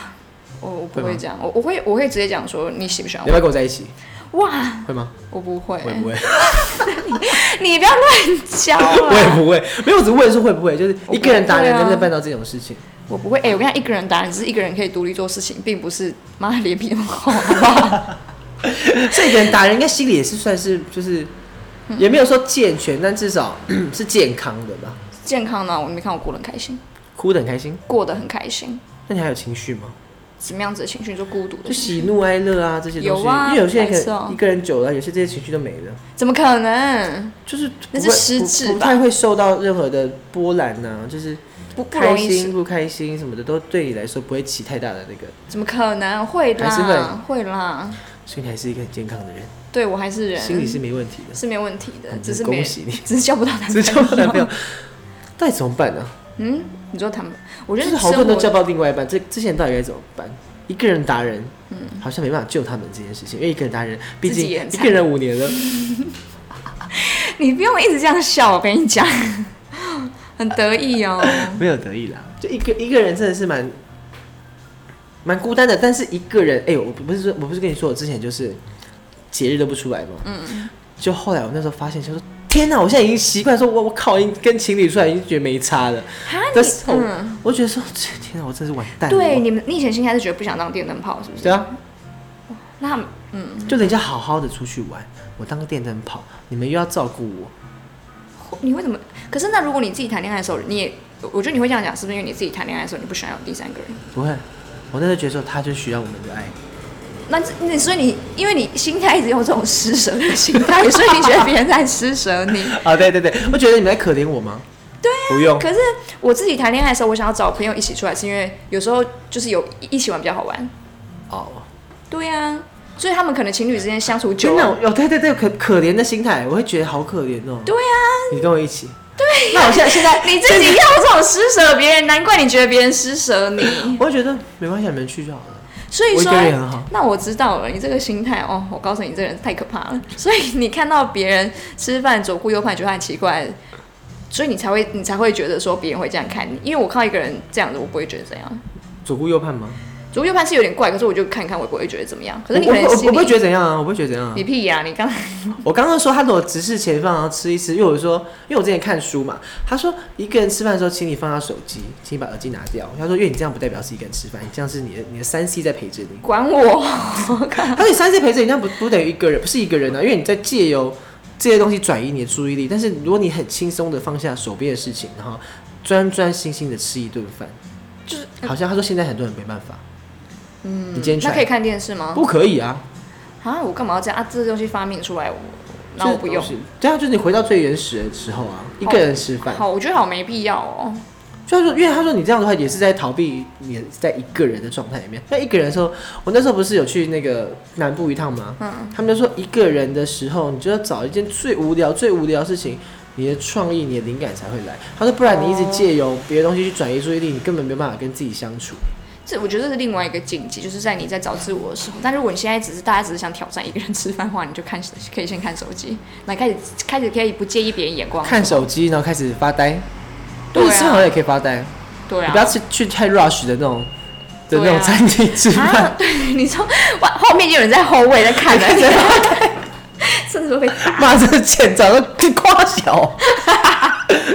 我我不会会吗这样，我我会我会直接讲说你喜不喜欢你要不要跟我在一起？我？哇，会吗？我不会，我也不会，你不要乱讲我也啊！不会，没有，我只是问说会不会，就是我不一个人达人会啊能不能办到这种事情？我不会，哎、我跟你讲，一个人打，你只是一个人可以独立做事情，并不是妈的脸皮那么厚，啊 好不好？啊所以一个人达人应该心里也是算是就是。嗯也没有说健全，但至少 是健康的吧。健康呢，我没看我过得很开心，哭得很开心，过得很开心，那你还有情绪吗？什么样子的情绪？就孤独就的情绪，喜怒哀乐啊这些东西，有啊因为有些人白可痴哦能一个人久了，有些这些情绪都没了，怎么可能？就是那不是会失不智不吧太会受到任何的波澜呐、就是不不开容易心是，不开心什么的，都对你来说不会起太大的那个。怎么可能会还是啦？会啦，所以你还是一个很健康的人，对我还是人，心理是没问题的。是没问题的，嗯只是没恭喜你 只是交不到男朋友。只是交不到 男朋友，到底怎么办呢、嗯，你说他们，我觉就得是好多人生都活交不到另外一半，这这些人到底该怎么办？一个人达人，嗯，好像没办法救他们这件事情，因为一个人达人，毕自竟己也很一惨个人五年了，你不用一直这样笑，我跟你讲， 很得 意哦。 没有得意啦，就一个一个人真的是蛮蛮孤单的。但是一个人，哎、我不是说我不是跟你说，我之前就是节日都不出来嘛，嗯，就后来我那时候发现，就说天哪，我现在已经习惯说，我我靠，已经跟情侣出来已经觉得没差了。哈但你是我、嗯，我觉得说，天哪，我真是完蛋了。对，我你们你以前心态是觉得不想当电灯泡，是不是？哦哎对啊，那嗯，就人家好好的出去玩，我当个电灯泡，你们又要照顾我。你为什么？可是那如果你自己谈恋爱的时候，你也，我觉得你会这样讲，是不是因为你自己谈恋爱的时候，你不喜欢有第三个人？不会，我那时候觉得说，他就需要我们的爱。那这你所以你因为你心态一直有这种施舍的心 态，所以你觉得别人在施舍你。啊，对对对，我觉得你们在可怜我吗？对、不用。啊可是我自己谈恋爱的时候，我想要找朋友一起出来，是因为有时候就是有一起玩比较好玩。哦，对呀、啊，所以他们可能情侣之间相处久真的，了，哦，对对对，可可怜的心态，我会觉得好可怜哦。对呀、你跟我一起。对。那我 现在现在，你自己要这种施舍别人，难怪你觉得别人施舍 你。我会觉得没关系，你们去就好了。所以我一说个人啊也很好，那我知道了，你这个心态哦，我告诉你，这个人太可怕了。 所以你看到别人吃饭左顾右盼，觉得他很奇怪，所以你才会你才会觉得说别人会这样看你。因为我靠一个人这样子，我不会觉得怎样。左顾右盼吗？左顾右盼是有点怪，可是我就看看，我也不会觉得怎么样。可是你我可我能我心里我不会觉得怎样啊，我不会觉得怎样、啊你。屁呀、你刚。我刚刚说他如果直视前方，然后吃一吃，因为我说，因为我之前看书嘛，他说一个人吃饭的时候，请你放下手机，请你把耳机拿掉。他说，因为你这样不代表是一个人吃饭，你这样是你的你的三 C 在陪着你管我。他说你三 C 陪着你，那不不等于一个人，不是一个人啊，因为你在借由这些东西转移你的注意力。但是如果你很轻松的放下手边的事情，然后专专心心的吃一顿饭，就是好像他说现在很多人没办法，嗯，你今天那可以传看电视吗？不可以啊？啊，我干嘛要这样啊？这个东西发明出来，我那我不用。就是，对啊，就是你回到最原始的时候啊，一个人吃饭。好，我觉得好没必要哦。虽然说，因为他说你这样的话也是在逃避你在一个人的状态里面。那一个人的时候，我那时候不是有去那个南部一趟吗？嗯他们就说一个人的时候，你就要找一件最无聊、最无聊的事情，你的创意、你的灵感才会来。他说，不然你一直借由别的东西去转移注意力，你根本没有办法跟自己相处。这我觉得这是另外一个境界，就是在你在找自我的时候。但如果你现在只是大家只是想挑战一个人吃饭的话，你就看 可以先看手机，那开始开始可以不介意别人眼光。看手机，然后开始发呆。哦对啊吃饭好像也可以发呆，对你不要啊，去去太 rush 的那种的那对种啊餐厅吃饭。啊， 对，你说哇，后面就有人在后位在 看了，甚至会 被妈，这个欠长得跟夸 小，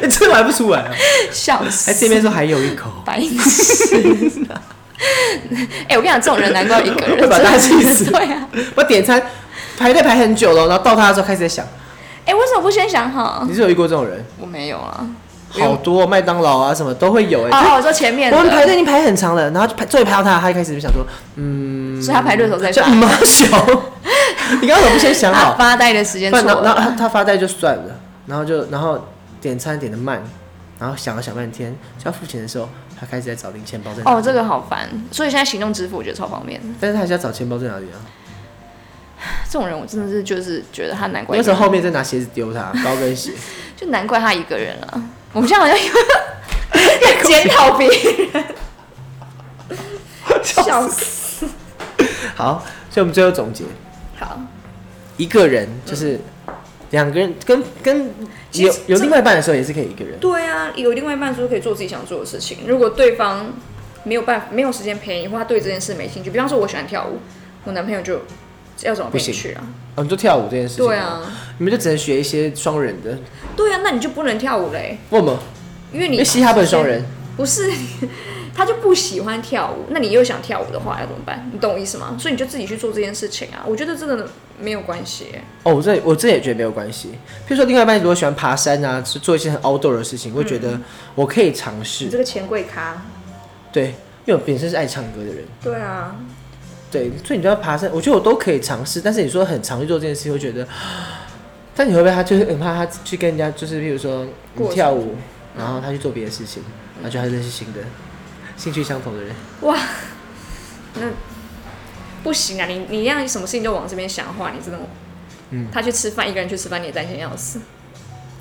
你吃完还不出哎来啊？笑还死。这边说还有一口，白痴！ 哎、我跟你讲，这种人难怪一个 人会把大家气死 对啊， 我点餐排队排很久了，然后到他的时候开始在想，哎、为什么不先想好？你是有遇过这种人？我没有啊。不用好多麦当劳啊什么都会有哎、哦，我说前面我们排的，队已经排很长了，然后就排终于排到他，他一开始就想说，嗯所呃以他排队的时候在叫发，毛熊，你刚刚怎么不先想 他好？发呆的时间啊不错然然后然后了。他他发呆就算了，然后就然后点餐点的慢，然后想了想半天，就要付钱的时候，他开始在找零钱包在哪里哦，这个好烦。所以现在行动支付我觉得超方便的。但是他还是要找钱包在哪里啊？这种人我真的是就是觉得他难怪那，时候后面再拿鞋子丢他，高跟 鞋。就难怪他一个人了。我们现在好 像有哎在 检讨别人，笑死。好，所以我们最后总结， 好，一个人就是两个人跟跟其实有有这另外一半的时候也是可以一个人。对啊，有另外一半说可以做自己想做的事情。如果对方没有办法、没有时间陪你，或他对这件事没兴趣，比方说我喜欢跳舞，我男朋友就要怎么不陪你行去啊？哦，你做跳舞这件事情，对，啊，你们就只能学一些双人的。对啊，那你就不能跳舞嘞，为什么？因为因你为嘻哈不能双人，不是。他就不喜欢跳舞，那你又想跳舞的话要怎么办？你懂我意思吗？所以你就自己去做这件事情啊！我觉得这个没有关系耶。哦，我这我这也觉得没有关系。譬如说，另外一半如果喜欢爬山啊，是做一些很 outdoor 的事情，我会觉得我可以尝你试。嗯这个钱柜咖，对，因为我本身是爱唱歌的人，对啊，对，所以你就要爬山，我觉得我都可以尝试。但是你说很常去做这件事，我会觉得，但你会不会他就是很怕他去跟人家就是，譬如说你过跳舞，然后他去做别的事情，然后就还认识新的兴趣相同的人。哇，那不行啊，你你让什么事情都往这边想的话，你真的，嗯，他去吃饭，一个人去吃饭，你也担心要死，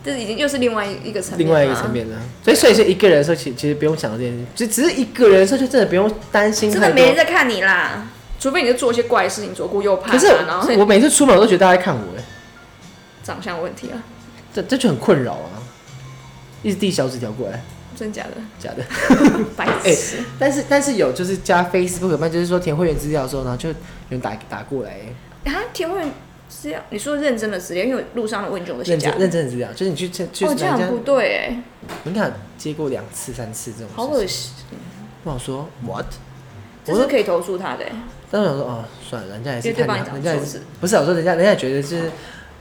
这已经又是另外一个层面，另外一个层，啊面呢，所以所以是一个人的时候，其其实不用想这件事，就只是一个人的时候，就真的不用担心真太的没人多。在看你啦，除非你是做一些怪事情，左顾右盼、嗯可啊，是然后我每次出门，我都觉得大家在看我，哎，长相问题啊，这这就很困扰啊，一直递小纸条过来，真假 的，假的。白痴，但是但是有就是加 Facebook 嘛，就是说填会员资料的时候，然后就有人打打过来，哎啊，填问资料，你说认真的资料，因为我路上的问卷我都写认假真的，认真的资料，就是你去去去哦，人这样家，不对哎，你看接过两次三次这种事情，好恶心，我想说 what？这是可以投诉他的欸，但是我想说哦，算了，人家也是因为对看方也你，长人家也手是指不是啊我说人家人家也觉得是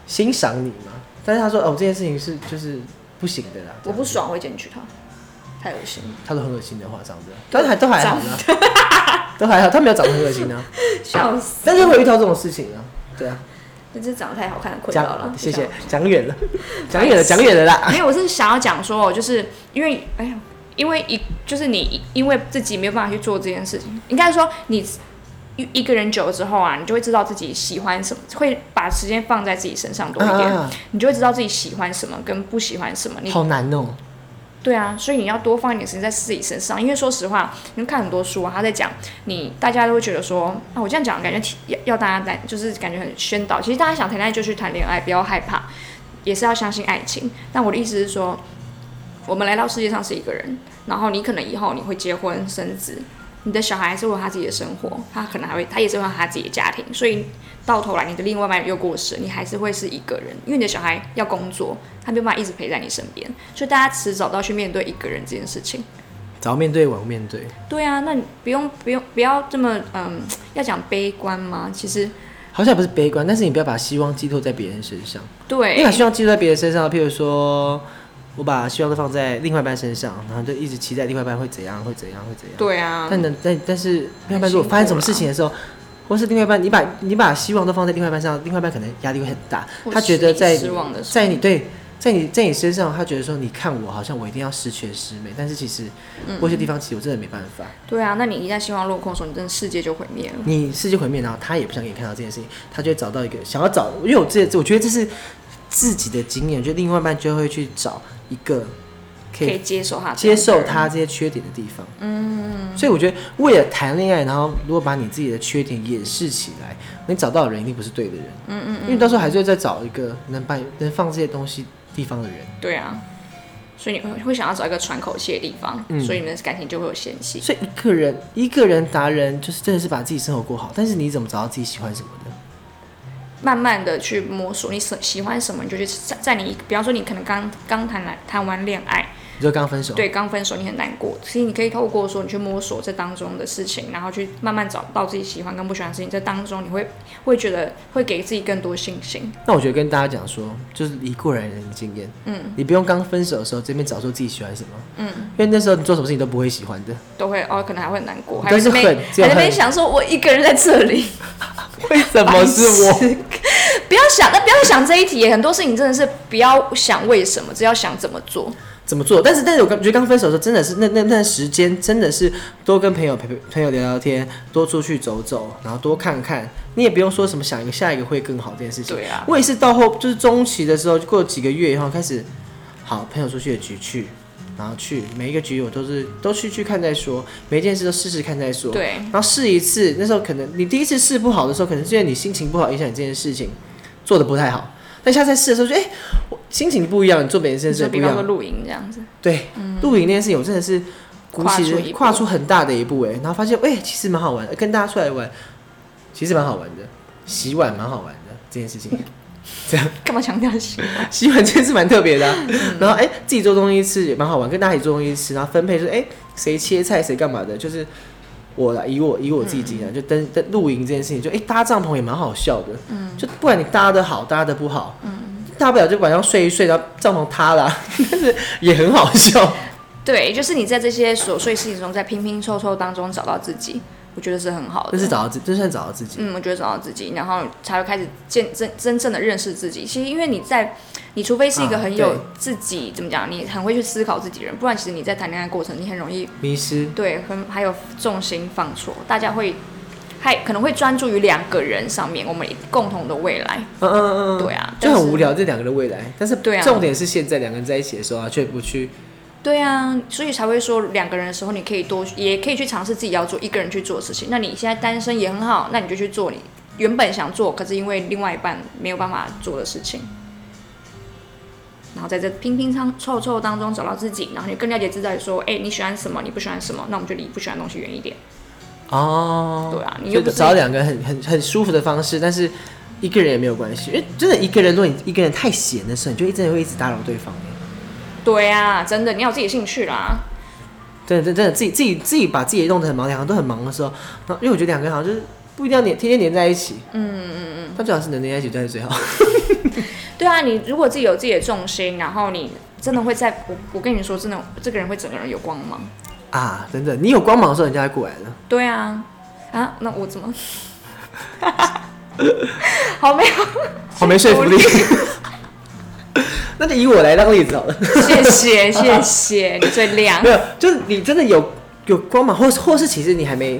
欣赏你嘛，但是他说哦，这件事情是就是不行的啦，我不爽我会检举他，太恶心了，他说很恶心的话这样子，但是还都还好啦， 都还好，他没有长得很恶心啊，笑死。但是会遇到这种事情啊，对啊，那真是长得太好看的困扰了讲。谢谢，讲远了，白讲远了，痴讲远了啦。没有，我是想要讲说，就是因为哎呀，因为一就是你因为自己没有办法去做这件事情，应该说你一一个人久了之后啊，你就会知道自己喜欢什么，会把时间放在自己身上多一点，啊你就会知道自己喜欢什么跟不喜欢什么。你好难哦、对啊，所以你要多放一点时间在自己身上，因为说实话，你看很多书啊，他在讲你，大家都会觉得说啊，我这样讲感觉挺要要大家来，就是感觉很宣导。其实大家想谈恋爱就去谈恋爱，不要害怕，也是要相信爱情。但我的意思是说，我们来到世界上是一个人，然后你可能以后你会结婚生子，你的小孩是为他自己的生活，他可能还会他也是为他自己的家庭，所以到头来你的另外一半又过世，你还是会是一个人，因为你的小孩要工作，他没有办法一直陪在你身边，所以大家迟早都要去面对一个人这件事情。早面对，晚面对，对啊，那你不用不用不要这么嗯，要讲悲观吗？其实好像也不是悲观，但是你不要把希望寄托在别人身上。你把对希望寄托在别人身上，譬如说，我把希望都放在另外一半身上，然后就一直期待另外一半会怎样，会怎样，会怎样。对啊，但能但但是另外一半如果发生什么事情的时候，或是另外一半，你把你把希望都放在另外一半上，另外一半可能压力会很大或，他觉得是你在失望的时候在你对在你在你身上，他觉得说你看我好像我一定要十全十美，但是其实嗯某些地方其实我真的没办法。对啊，那你一旦希望落空的时候，你真的世界就毁灭了。你世界毁灭，然后他也不想给你看到这件事情，他就会找到一个想要找，因为我这我觉得这是自己的经验，就另外一半就会去找一个可可以以接受他这接样的受人他这些缺点的地方。嗯，所以我觉得为了谈恋爱，然后如果把你自己的缺点掩饰起来，你找到的人一定不是对的人。嗯嗯因为到时候还是会再找一个能把能放这些东西地方的人。对啊，所以你会会想要找一个喘口气的地方，嗯所以你们的感情就会有嫌隙。所以一个人一个人达人，就是真的是把自己生活过好，但是你怎么找到自己喜欢什么的？慢慢的去摸索，你喜喜欢什么，你就去在在你，比方说你可能刚刚谈来谈完恋爱，你说刚分手，对，刚分手你很难过，其实你可以透过说你去摸索这当中的事情，然后去慢慢找到自己喜欢跟不喜欢的事情，这当中你会会觉得会给自己更多信心。那我觉得跟大家讲说，就是以过来人的经验，嗯，你不用刚分手的时候这边找出自己喜欢什么，嗯，因为那时候你做什么事情都不会喜欢的，都会哦，可能还会很难过，你还会都是在那恨边只有还在那边恨想说，我一个人在这里， 为什么是我？不要想，那不要想这一题，很多事情真的是不要想为什么，只要想怎么做。 怎么做？但是但是我觉得刚分手的时候真的是那那那段时间真的是多跟朋友陪陪朋友聊聊天，多出去走走，然后多看看，你也不用说什么想一个下一个会更好这件事情。对啊我也是到后就是中期的时候，过了几个月以后开始，好朋友出去的局去。然后去每一个局，我都是都去去看再说，每一件事都试试看再说。对然后试一次，那时候可能你第一次试不好的时候，可能是因为你心情不好影响你这件事情做的不太好。但下次再试的时候就，哎，我心情不一样，你做每件事就情不一比方样说。露营这样子，对，露营那件事情，我真的是鼓跨起出了一步跨出很大的一步哎、然后发现哎、其实蛮好玩的，跟大家出来玩，其实蛮好玩的，洗碗蛮好玩的这件事情，干嘛强调洗？洗碗真是蛮特别的啊、然后哎、自己做东西吃也蛮好玩，跟大家一起做东西吃，然后分配就是哎，谁、切菜谁干嘛的，就是我啦，以我以我自己经验，啊就登登露营这件事情，就哎、搭帐篷也蛮好笑的，嗯，就不管你搭的好搭的不好，嗯，大不了就晚上睡一睡，然后帐篷塌了啊、 但是也很好笑。对，就是你在这些琐碎事情中，在拼拼凑凑当中找到自己，我觉得是很好这的。是找到自，这算找到自己。嗯，我觉得找到自己，然后才会开始见真真正的认识自己。其实，因为你在，你除非是一个啊很有对自己、怎么讲，你很会去思考自己的人，不然其实你在谈恋爱过程，你很容易迷失，对很还有重心放错，大家会还可能会专注于两个人上面，我们共同的未来。嗯嗯嗯嗯，对啊就但很是无聊这两个人的未来。但是对啊重点是现在两个人在一起的时候啊，却不去对啊，所以才会说两个人的时候，你可以多，也可以去尝试自己要做一个人去做的事情。那你现在单身也很好，那你就去做你原本想做，可是因为另外一半没有办法做的事情。然后在这拼拼凑凑凑当中找到自己，然后你更了解自己，说，哎、你喜欢什么，你不喜欢什么，那我们就离不喜欢的东西远一点。哦。对啊，你就又不是找两个很很很舒服的方式，但是一个人也没有关系，因为真的一个人，如果你一个人太闲的时候，你就一直会一直打扰对方。对啊，真的，你要有自己的兴趣啦。真的真的真的自己自己自己把自己弄得很忙，两个人都很忙的时候，然后因为我觉得两个人好像就是不一定要黏天天黏在一起，嗯嗯嗯，但最好是能黏在一起才是最好。对啊，你如果自己有自己的重心，然后你真的会在，我我跟你说，真的，这个人会整个人有光芒。啊，真的，你有光芒的时候，人家会过来的。对啊，啊，那我怎么？ 好没有，好哦没说服力。 那就以我来当例子好了，谢谢谢谢，你最亮没。有，就是你真的有有光芒，或是或是其实你还没，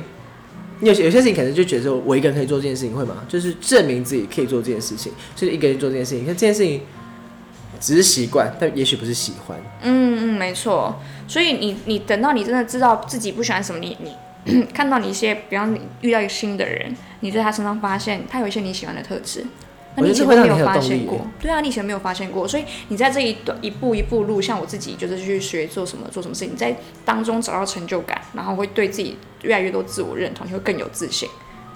你有些有些事情可能就觉得说我一个人可以做这件事情，会吗？就是证明自己可以做这件事情，就是一个人做这件事情，但这件事情只是习惯，但也许不是喜欢。嗯嗯，没错。所以你你等到你真的知道自己不喜欢什么，你你 看到你一些，比方你遇到一个新的人，你在他身上发现他有一些你喜欢的特质。那你以前我觉得没这会让你很有发动力现耶过，对啊，你以前没有发现过，所以你在这一段一步一步路，像我自己就是去学做什么做什么事情，你在当中找到成就感，然后会对自己越来越多自我认同，你会更有自信。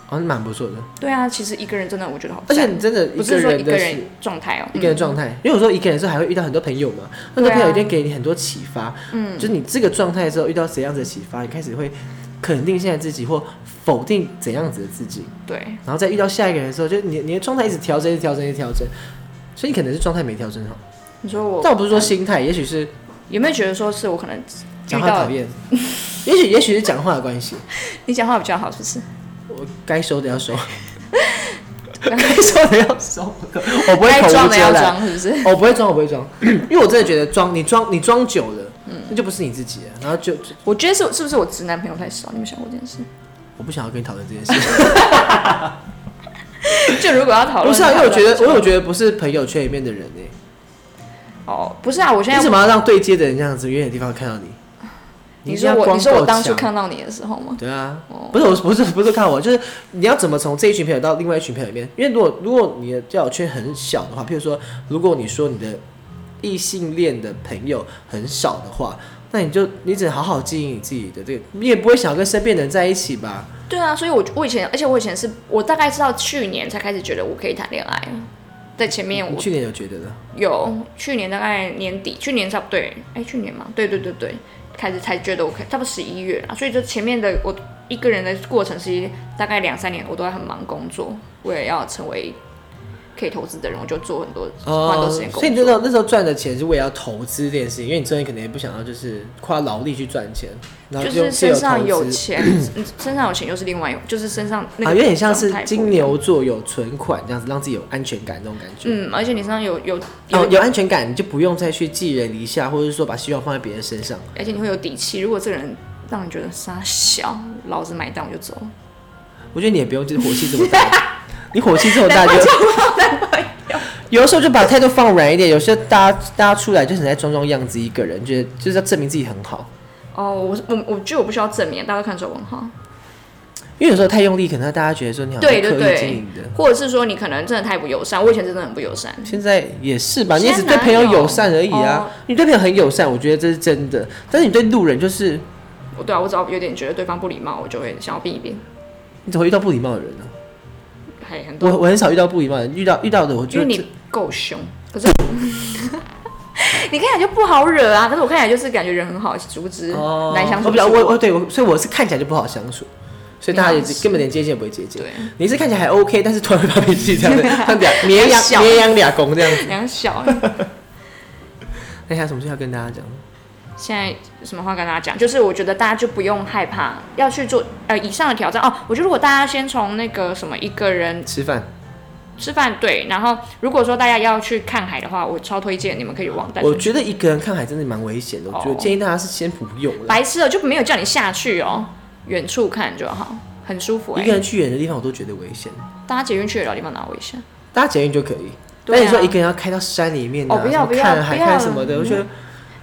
哦，蛮不错的，对啊，其实一个人真的我觉得好而且赞，你真的一不个是说一人个的人状态哦，一个人状态，因为我说一个人的时候还会遇到很多朋友嘛，那很多对啊朋友一定给你很多启发。嗯，就是你这个状态的时候遇到怎样子的启发，你开始会肯定现在自己或否定怎样子的自己，嗯对，然后再遇到下一个人的时候，就你你的状态一直调整，一直调整，一直调整。所以你可能是状态没调整好，你说我但我不是说心态，也许是有没有觉得说是我可能讲遇话到讨厌，也许也许是讲话的关系，你讲话比较好，是不是？我该收的要 收，该收的要收， 我不会该口装无的遮要拦，装，是不是？我不会装，我不会 装，因为我真的觉得装你装你装久了，嗯那就不是你自己了，然后就就我觉得是是不是我直男朋友太少？你们想过这件事？ 我不想要跟你讨论这件事。就如果要 讨论，不是啊，因为我觉得我有有觉得不是朋友圈里面的人呢、哦，不是啊，我现为在什么要让对接的人这样子远远的地方看到你？你一定说要我光你说够我当初强看到你的时候吗？对啊哦，不是我不是不是看我，就是你要怎么从这一群朋友到另外一群朋友里面？因为如果如果你的交友圈很小的话，譬如说，如果你说你的异性恋的朋友很少的话，那你就你只能好好经营你自己的这个，你也不会想要跟身边的人在一起吧？对啊，所以我我以前，而且我以前是我大概是到去年才开始觉得我可以谈恋爱，啊在前面你我去年有觉得的，有嗯去年大概年底，去年差不多对，哎，去年嘛，对对对对，开始才觉得我可以，差不多十一月啦，所以就前面的我一个人的过程是大概两三年，我都在很忙工作，我也要成为可以投资的人，我就做很多花很多时间哦工所以你那作。时候那时候赚的钱是为了要投资这件事情，因为你真的可能也不想要就是花劳力去赚钱，然后就用是借由投身上资有钱， 嗯身上有钱又是另外一，就是身上那个啊，有点像是状态不一样金。牛座有存款这样子，让自己有安全感这种感觉。嗯，而且你身上有有哦有有安全感，你就不用再去寄人篱下，或者是说把希望放在别人身上。而且你会有底气。如果这个人让你觉得傻小，老子买单我就走。我觉得你也不用就是火气这么 大，你火气这么大就有的时候就把态度放软一点。有些大家大家出来就是在装装样子，一个人觉得就是要证明自己很好，哦，我是我我觉得我不需要正面，大家都看出来我很好。因为因有时候太用力，可能大家觉得说你好像对对刻意对经营的。或者是说你可能真的太不友善，我以前真的很不友善。现在也是吧，你也只现对在朋友哪有友善而已啊哦。你对朋友很友善，我觉得这是真的。但是你对路人，就是我对啊，我只要有点觉得对方不礼貌，我就会想要避一避。你怎么会遇到不礼貌的人呢、还很我多，我很少遇到不礼貌的人，遇到遇到的我因觉为得你够凶，可是 你看起来就不好惹啊。可是我看起来就是感觉人很好，殊不知哦难相处。我比较我我对我，所以我是看起来就不好相处，所以大家也你好像是根本连接近也不会接近。对，你是看起来还 OK，但是突然会发脾气这样子， 像俩绵羊小绵羊俩公这样子。两小。那还有什么事要跟大家讲？现在有什么话跟大家讲？就是我觉得大家就不用害怕，要去做呃以上的挑战哦。我觉得如果大家先从那个什么一个人吃饭吃饭对，然后如果说大家要去看海的话，我超推荐你们可以往淡我水。觉得一个人看海真的蛮危险的，我觉得哦建议大家是先不用了。白痴哦，就没有叫你下去哦，远处看就好。很舒服哎、一个人去远的地方我都觉得危险，搭捷运去得了地方哪危险？搭捷运就可以。对啊但你说一个人要开到山里面、啊，哦不要什么看不海要嗯看什么的，不要我觉得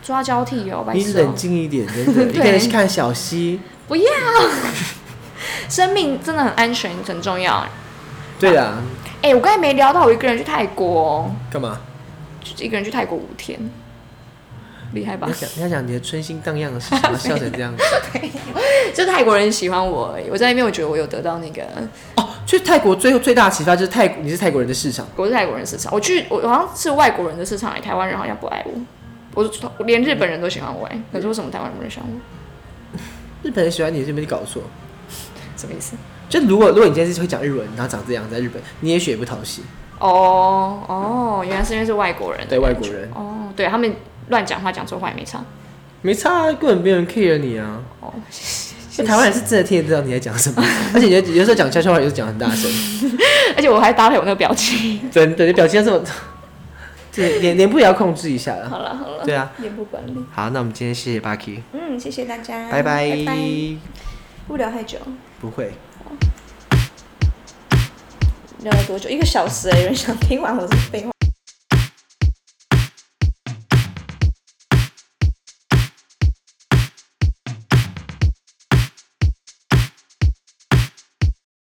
抓交替哦，白你痴哦冷、静一点，真的。 对一个人去看小溪，不要，生命真的很安全很重要。对啊，哎、我刚才没聊到我一个人去泰国、哦，干嘛？就一个人去泰国五天，厉害吧 你要？讲你要讲你的春心荡漾的事情，要笑成这样子。就泰国人喜欢我而已，我在那边我觉得我有得到那个，哦，去泰国最后最大的启发就是泰，你是泰国人的市场。我是泰国人市场，我去我好像是外国人的市场，台湾人好像不爱我，我我连日本人都喜欢我哎，可是为什么台湾人不喜欢我？日本人喜欢你，是没搞错。什么意思？就如果如果你今天是会讲日文，然后长这样，在日本，你也许也不讨喜。哦哦，原来是因为是外国人的对外感觉国人哦，对他们乱讲话讲错话也没差没差、啊，根本没有人 care 你啊。哦。那台湾人是真的听得知道你在讲 什么，而且有有时候讲悄悄话，有时候讲很大声，而且我还搭配我那个表 情。真的，你表情要这么，对，脸脸部也要控制一下啦。好了好了，对啊，脸部管理。好，那我们今天谢谢 Bucky，嗯，谢谢大家，拜拜。拜拜，不聊太久，不会，聊了多久？一个小时哎，有人想听完我的废话。